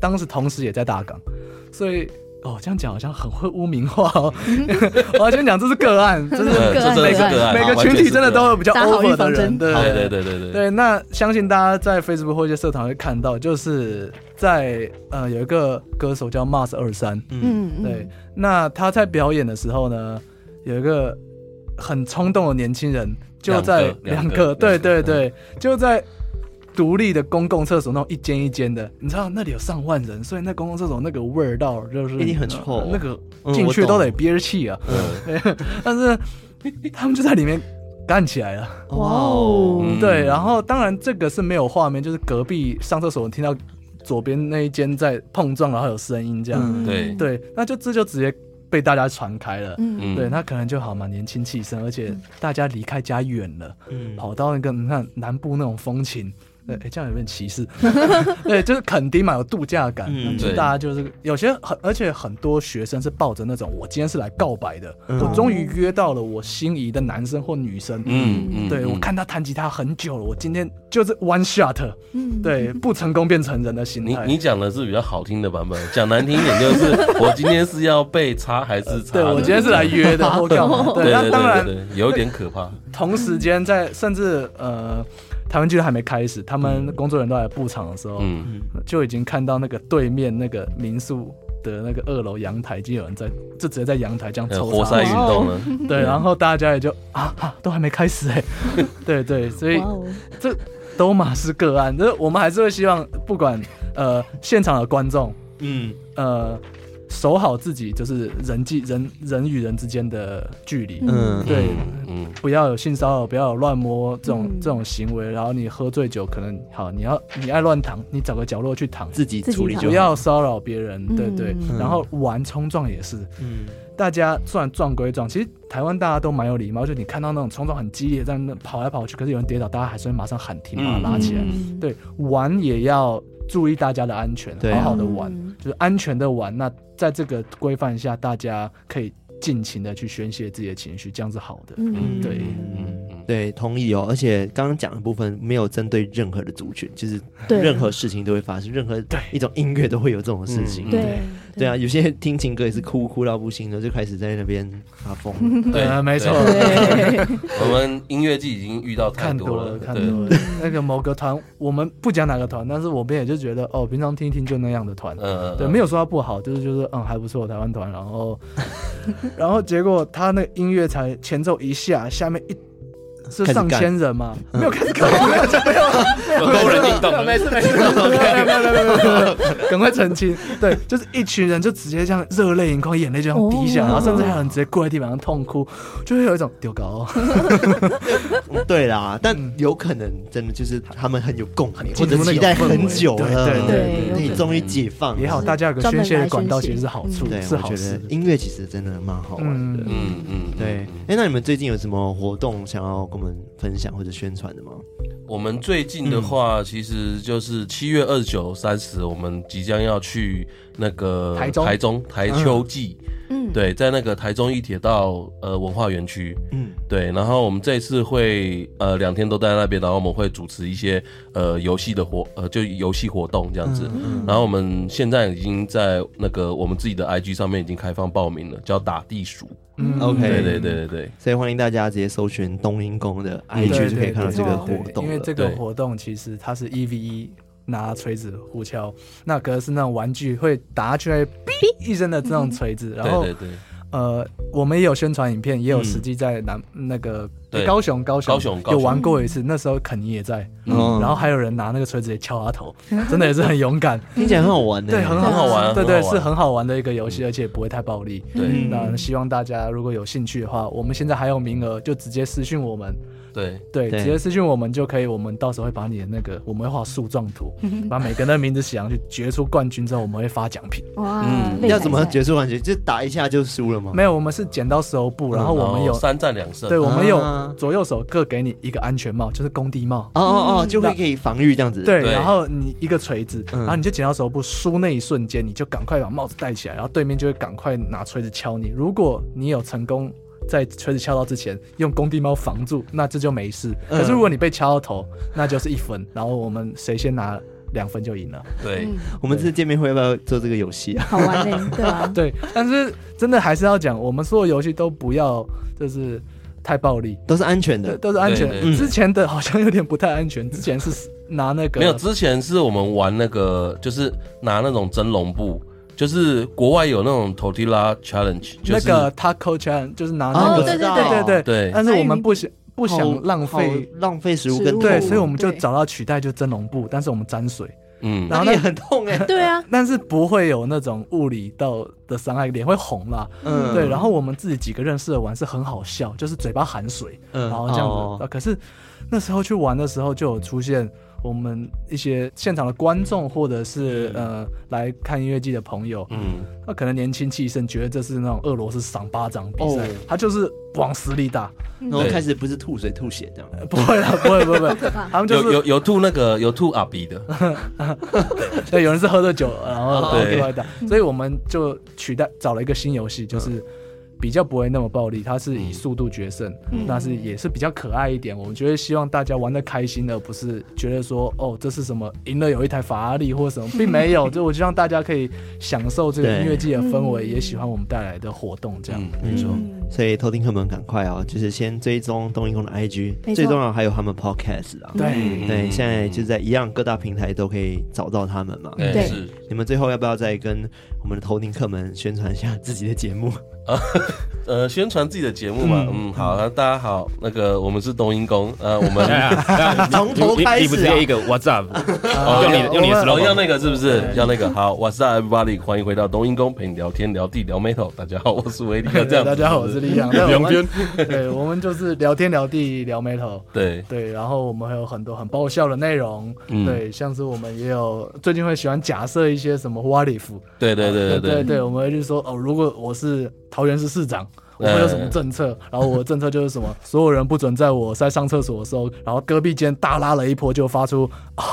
Speaker 4: 当时同时也在大港，所以。哦，这样讲好像很会污名化哦。我要先讲，这是个案，这是
Speaker 3: 对这真的嗯是个案，
Speaker 4: 每个群体真的都有比较
Speaker 2: 打好预
Speaker 4: over 的
Speaker 2: 防
Speaker 4: 人，
Speaker 2: 针
Speaker 4: 对
Speaker 3: 对对对对对，
Speaker 4: 对，那相信大家在 Facebook 或一些社团会看到，就是在呃有一个歌手叫 Mars 二三，
Speaker 2: 嗯，嗯
Speaker 4: 对，，那他在表演的时候呢，有一个很冲动的年轻人，就在
Speaker 3: 两
Speaker 4: 两个，
Speaker 3: 个
Speaker 4: 对
Speaker 3: 两
Speaker 4: 对
Speaker 3: 个
Speaker 4: 对，就在独立的公共厕所那种一间一间的，你知道那里有上万人，所以那公共厕所那个味道就是呃
Speaker 1: 一定很臭
Speaker 4: 那个
Speaker 1: 嗯
Speaker 4: 进
Speaker 1: 我
Speaker 4: 去
Speaker 1: 懂
Speaker 4: 都得憋气啊，
Speaker 3: 嗯
Speaker 4: 但是他们就在里面干起来了。
Speaker 2: 哇哦，
Speaker 3: 嗯
Speaker 4: 对，然后当然这个是没有画面，就是隔壁上厕所我听到左边那一间在碰撞，然后有声音这样。
Speaker 1: 嗯
Speaker 3: 对
Speaker 4: 对，那就这就直接被大家传开了。
Speaker 2: 嗯，
Speaker 3: 嗯
Speaker 4: 对，那可能就好嘛，年轻气盛，而且大家离开家远了，
Speaker 1: 嗯
Speaker 4: 跑到那个你看南部那种风情。对，诶这样有点歧视。 对，就是垦丁嘛，有度假感，
Speaker 1: 嗯
Speaker 4: 那就
Speaker 3: 对
Speaker 4: 大家就是有些很，而且很多学生是抱着那种我今天是来告白的，
Speaker 1: 嗯
Speaker 4: 我终于约到了我心仪的男生或女生，
Speaker 3: 嗯嗯，
Speaker 4: 对，我看他弹吉他很久了，我今天就是 one shot，
Speaker 2: 嗯，
Speaker 4: 对，不成功变成人的心
Speaker 3: 你
Speaker 4: 态。
Speaker 3: 你讲的是比较好听的版本，讲难听一点就是我今天是要被插还是插？
Speaker 4: 对我今天是来约 的，或干嘛？
Speaker 3: 哦对
Speaker 4: 对，那
Speaker 3: 对
Speaker 4: 当
Speaker 3: 对
Speaker 4: 然，哦
Speaker 3: 对，有点可怕。
Speaker 4: 同时间在甚至呃，台湾剧都还没开始，他们工作人员都来布场的时候，
Speaker 3: 嗯，
Speaker 4: 就已经看到那个对面那个民宿的那个二楼阳台，已经有人在就直接在阳台这样
Speaker 3: 呃
Speaker 4: 抽
Speaker 3: 活塞嗯
Speaker 4: 插。
Speaker 3: 运动呢？
Speaker 4: 对，然后大家也就啊啊，都还没开始 哎，对对，所以
Speaker 2: 哇哦，
Speaker 4: 这都嘛是个案，就是我们还是会希望，不管呃现场的观众，
Speaker 1: 嗯，
Speaker 4: 呃，守好自己就是人际人人与人之间的距离，
Speaker 1: 嗯
Speaker 4: 对，
Speaker 3: 嗯，
Speaker 4: 不要有性骚扰，不要有乱摸这种、
Speaker 2: 嗯
Speaker 4: 这种行为。然后你喝醉酒，可能好，你要你爱乱躺，你找个角落去躺，
Speaker 1: 自己处理
Speaker 2: 自己
Speaker 1: 就
Speaker 4: 不
Speaker 1: 好
Speaker 4: 要骚扰别人，
Speaker 2: 嗯
Speaker 4: 对对。
Speaker 1: 嗯
Speaker 4: 然后玩冲撞也是，
Speaker 1: 嗯
Speaker 4: 大家虽然撞归撞，其实台湾大家都蛮有礼貌，就你看到那种冲撞很激烈，在那跑来跑去，可是有人跌倒，大家还是会马上喊停，把他拉起来。
Speaker 2: 嗯
Speaker 4: 对，玩也要注意大家的安全，
Speaker 1: 对啊
Speaker 4: 好好的玩，
Speaker 2: 嗯
Speaker 4: 就是安全的玩。那在这个规范下，大家可以尽情的去宣泄自己的情绪，这样是好的。
Speaker 2: 嗯，
Speaker 4: 对
Speaker 1: 对，同意哦。而且刚刚讲的部分没有针对任何的族群，就是
Speaker 2: 对
Speaker 1: 任何事情都会发生，任何一种音乐都会有这种事情。
Speaker 3: 嗯
Speaker 2: 对
Speaker 1: 对啊，有些听情歌也是哭哭到不行的，就开始在那边发疯了。
Speaker 3: 对
Speaker 4: 呃没 错，
Speaker 2: 对，
Speaker 3: 我们音乐季已经遇到太
Speaker 4: 看
Speaker 3: 多
Speaker 4: 多
Speaker 3: 了，
Speaker 4: 了，看
Speaker 3: 对
Speaker 4: 多了。那个某个团，我们不讲哪个团，但是我们也就觉得，哦，平常听一听就那样的团，
Speaker 3: 嗯，
Speaker 4: 对，没
Speaker 3: 有，
Speaker 4: 有说它不好，就是就是，嗯，还不错，台湾团。然后，然后结果他那个音乐才前奏一下，下面一是
Speaker 1: 开始
Speaker 4: 上
Speaker 1: 干
Speaker 4: 千人嘛？没有开始搞，没有没 有
Speaker 5: 勾人运 动，没事没事。
Speaker 4: 没有没有没有没有没有没有，赶快澄清。对，就是一群人就直接这样热泪盈眶，眼泪就这样滴下
Speaker 2: 哦
Speaker 4: 来，然后甚至还有人直接跪在地板上痛哭，就会有一种丢高。哦
Speaker 1: 对啦，但
Speaker 4: 嗯
Speaker 1: 有可能真的就是他们很有共鸣，或者
Speaker 4: 进入那个
Speaker 1: 期待
Speaker 4: 氛围
Speaker 1: 很久了，
Speaker 2: 对
Speaker 4: 对
Speaker 2: 对有
Speaker 1: 你
Speaker 2: 可
Speaker 1: 终于解放了
Speaker 4: 也好，大家有个宣泄的管道，其实是好处
Speaker 1: 对，，
Speaker 4: 是
Speaker 1: 我
Speaker 4: 好
Speaker 1: 觉
Speaker 4: 事
Speaker 1: 得。啊音乐其实真的蛮好玩的。
Speaker 4: 嗯，
Speaker 3: 嗯嗯，
Speaker 1: 对，哎、那你们最近有什么活动想要跟我们分享或者宣传的吗？
Speaker 3: 我们最近
Speaker 4: 嗯
Speaker 3: 的话，其实就是七月二十九、三十，我们即将要去那个
Speaker 4: 台中
Speaker 3: 台中台秋季，
Speaker 2: 嗯，
Speaker 3: 对，在那个台中一铁道呃文化园区，
Speaker 1: 嗯，
Speaker 3: 对，然后我们这一次会呃两天都待在那边，然后我们会主持一些呃游戏的活呃就游戏活动这样子。
Speaker 4: 嗯
Speaker 3: 然后我们现在已经在那个我们自己的 IG 上面已经开放报名了，叫打地鼠。
Speaker 4: 嗯
Speaker 1: OK
Speaker 3: 对对对对对，
Speaker 1: 所以欢迎大家直接搜寻东英宫的
Speaker 4: 对
Speaker 1: IG
Speaker 4: 对
Speaker 1: 就可以看到这个活
Speaker 4: 对
Speaker 1: 动
Speaker 4: 因为
Speaker 1: 了。
Speaker 4: 这个
Speaker 3: 对
Speaker 4: 活动其实它是一 E v 一。拿锤子互敲，那可是那种玩具会打下去会哔一声的这种锤子，然
Speaker 3: 对
Speaker 4: 后
Speaker 3: 对对，
Speaker 4: 呃，我们也有宣传影片，也有
Speaker 1: 嗯
Speaker 4: 实际在南、那个
Speaker 3: 嗯对
Speaker 4: 高雄高雄
Speaker 3: 高雄高
Speaker 4: 有
Speaker 3: 雄
Speaker 4: 玩过一次，那时候肯尼也在，
Speaker 1: 嗯
Speaker 4: 然后还有人拿那个锤子也敲他头，真的也是很勇 敢，
Speaker 1: 听起来很好玩呢、
Speaker 4: 对，很好
Speaker 3: 嗯很好玩
Speaker 4: 对
Speaker 3: 很好
Speaker 4: 对
Speaker 3: 玩嗯
Speaker 4: 是很好玩的一个游戏，而且不会太暴力。
Speaker 3: 对
Speaker 1: 嗯
Speaker 4: 那希望大家如果有兴趣的话，我们现在还有名额，就直接私讯我们，
Speaker 3: 对
Speaker 4: 对，
Speaker 1: 对
Speaker 4: 直接私讯我们就可以，我们到时候会把你的那个，我们会画树状 图，把每个人的名字写上去，决出冠军之后，我们会发奖品。
Speaker 2: 哇，
Speaker 3: 嗯
Speaker 2: 擂台
Speaker 1: 要怎么
Speaker 2: 赛
Speaker 1: 结束感觉？就打一下就输了吗？
Speaker 4: 没有，我们是剪刀石头布，
Speaker 3: 嗯
Speaker 4: 然后我们有
Speaker 3: 三战两胜，
Speaker 4: 对，我们
Speaker 1: 啊
Speaker 4: 有左右手各给你一个安全帽，就是工地帽。
Speaker 1: 哦哦哦，就会可以防御这样子。
Speaker 4: 嗯对，
Speaker 3: 对
Speaker 4: 然后你一个锤子，
Speaker 1: 嗯
Speaker 4: 然后你就捡到手部输那一瞬间，你就赶快把帽子戴起来，然后对面就会赶快拿锤子敲你。如果你有成功在锤子敲到之前用工地帽防住，那这就没事。
Speaker 1: 嗯
Speaker 4: 可是如果你被敲到头，那就是一分，然后我们谁先拿两分就 赢了。
Speaker 3: 对
Speaker 2: 嗯
Speaker 1: 我们这次见面会要不要做这个游戏啊？
Speaker 2: 好玩呢？ 对吧？
Speaker 4: 对，但是真的还是要讲，我们所有游戏都不要就是太暴力。
Speaker 1: 都是安全
Speaker 4: 对，
Speaker 1: 的。
Speaker 4: 都是安全
Speaker 3: 对
Speaker 1: 对
Speaker 4: 的。之前的好像有点不太安 全，之前是拿那个
Speaker 3: 没有，之前是我们玩那个，就是拿那种蒸笼布，就是国外有那种 tortilla challenge，就
Speaker 4: 那
Speaker 3: 是、哦
Speaker 4: 个呃 taco chan，就是拿
Speaker 1: 哦
Speaker 4: 那
Speaker 2: 对
Speaker 4: 个
Speaker 2: 对对
Speaker 4: 对
Speaker 3: 对
Speaker 4: 但是我们不想不
Speaker 1: 不
Speaker 4: 想浪费，
Speaker 1: 浪费食物跟
Speaker 2: 食物
Speaker 4: 对，
Speaker 1: 动物
Speaker 4: 所以我们就
Speaker 2: 对
Speaker 4: 找到取代就蒸笼布，但是我们沾水，
Speaker 3: 嗯，
Speaker 1: 然后
Speaker 4: 那
Speaker 1: 也很痛哎、
Speaker 2: 对啊，
Speaker 4: 但是不会有那种物理到的伤害，脸会红啦。
Speaker 1: 嗯
Speaker 4: 对，然后我们自己几个认识的玩是很好笑，就是嘴巴含水，
Speaker 1: 嗯
Speaker 4: 然后这样子。
Speaker 1: 哦
Speaker 4: 啊可是那时候去玩的时候，就有出现我们一些现场的观众，或者
Speaker 1: 嗯
Speaker 4: 是呃来看音乐季的朋友，
Speaker 3: 嗯，
Speaker 4: 那可能年轻气盛，觉得这是那种俄罗斯赏巴掌比赛
Speaker 1: 哦，
Speaker 4: 他就是往死里打，
Speaker 1: 然后开始不是吐水吐血这样，
Speaker 4: 呃不会啦，不会，不会，不会，他 们就
Speaker 3: 有
Speaker 4: 是
Speaker 3: 有有吐那个有吐阿比的，
Speaker 4: 对，有人是喝着酒，然后
Speaker 3: 对
Speaker 4: 另外打，所以我们就取代找了一个新游戏，就是。比较不会那么暴力，它是以速度决胜，但是也是比较可爱一点。我们觉得希望大家玩的开心，而不是觉得说哦，这是什么赢了有一台法拉利或什么，并没有。就我就让大家可以享受这个
Speaker 1: 对
Speaker 4: 音乐季的氛围，也喜欢我们带来的活动，这样。
Speaker 3: 嗯，
Speaker 1: 没错。所以偷听客们赶快哦，就是先追踪东英空的 IG，
Speaker 2: 没错
Speaker 1: 最重要还有他们 Podcast 啊。
Speaker 4: 对，
Speaker 3: 嗯
Speaker 1: 对，现在就在一样各大平台都可以找到他们嘛。
Speaker 3: 哎
Speaker 2: 对
Speaker 3: 是
Speaker 1: 你们最后要不要再跟我们的偷听客们宣传一下自己的节 目？
Speaker 3: 呃宣传自己的节目嘛，嗯好，那大家好，那个我们是冬阴功，呃我
Speaker 6: 哎
Speaker 3: 们
Speaker 1: 从头开
Speaker 6: 你不
Speaker 1: 始
Speaker 6: 直
Speaker 1: 啊
Speaker 6: 接一个 What's up？
Speaker 4: 啊
Speaker 6: 用你的用你的
Speaker 3: 哦
Speaker 6: slogan
Speaker 3: 要那个是不是要那个好，我是 everybody，欢迎回到冬阴功陪你聊天聊地聊 metal，大家好，我是维力，要这样子
Speaker 4: 大家好，我是李阳。那我
Speaker 6: 两
Speaker 4: 们
Speaker 6: 边
Speaker 4: 对，我们就是聊天聊地聊 metal。
Speaker 3: 对
Speaker 4: 对，然后我们还有很多很爆笑的内容，
Speaker 3: 嗯
Speaker 4: 对，像是我们也有最近会喜欢假设一些什么 what if，
Speaker 3: 对对对对
Speaker 4: 对
Speaker 3: 对
Speaker 4: 对，我们会去说哦，如果我是桃园市市长，我
Speaker 3: 哎
Speaker 4: 会有什么政策？然后我的政策就是什么，所有人不准在我在上厕所的时候，然后隔壁间大拉了一波就发出啊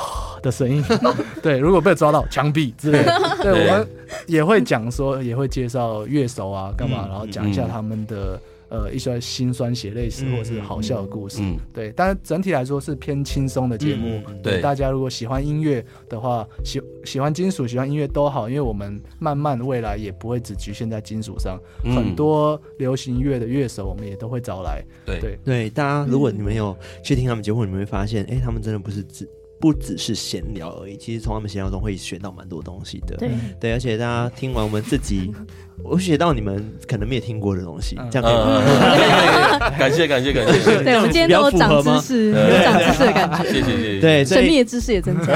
Speaker 4: 的声音， 对，如果被抓到枪毙之类的。对，
Speaker 3: 对
Speaker 4: 我们也会讲说，也会介绍乐手啊，干
Speaker 3: 嗯
Speaker 4: 嘛，然后讲一下他们的。呃，一些辛酸血泪史
Speaker 1: 嗯
Speaker 4: 或者是好笑的故事，
Speaker 3: 嗯
Speaker 4: 对，但是整体来说是偏轻松的节目
Speaker 1: 嗯。嗯嗯
Speaker 3: 对
Speaker 4: 大家如果喜欢音乐的话，喜喜欢金属、喜欢音乐都好，因为我们慢慢未来也不会只局限在金属上，
Speaker 3: 嗯
Speaker 4: 很多流行乐的乐手我们也都会找来。
Speaker 3: 对
Speaker 4: 对
Speaker 1: 嗯对，大家如果你们有去听他们节目，你们会发现，哎、他们真的不是只不只是闲聊而已，其实从他们闲聊中会学到蛮多东西的。
Speaker 2: 对，
Speaker 1: 对，而且大家听完我们自己，我学到你们可能没有听过的东西，这样可以吗？
Speaker 3: 嗯， 感谢感谢感谢，谢
Speaker 2: 对我们今天都有长知识，
Speaker 3: 比
Speaker 2: 有
Speaker 3: 较符合吗
Speaker 2: 长知识的感觉，
Speaker 3: 谢谢谢谢。
Speaker 1: 对，所
Speaker 2: 神秘
Speaker 1: 以
Speaker 2: 的知识也增加。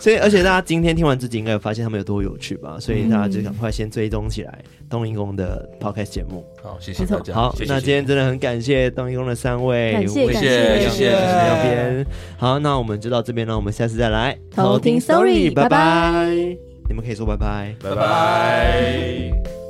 Speaker 1: 所以而且大家今天听完自己应该有发现他们有多有趣吧？所以大家就赶快先追踪起来东英宫的 podcast 节目。
Speaker 3: 好，谢谢大家，
Speaker 1: 好，
Speaker 6: 谢谢
Speaker 1: 那今天真的很感谢东英宫的三位，
Speaker 2: 感谢
Speaker 1: 魏
Speaker 3: 谢
Speaker 2: 感
Speaker 3: 谢谢谢。
Speaker 1: 两边。好，那我们就到这边了，我们下次再来
Speaker 2: 偷听
Speaker 1: Sorry，
Speaker 2: Sorry，
Speaker 1: 拜
Speaker 2: 拜
Speaker 1: 拜。你们可以说拜拜。
Speaker 6: 拜拜。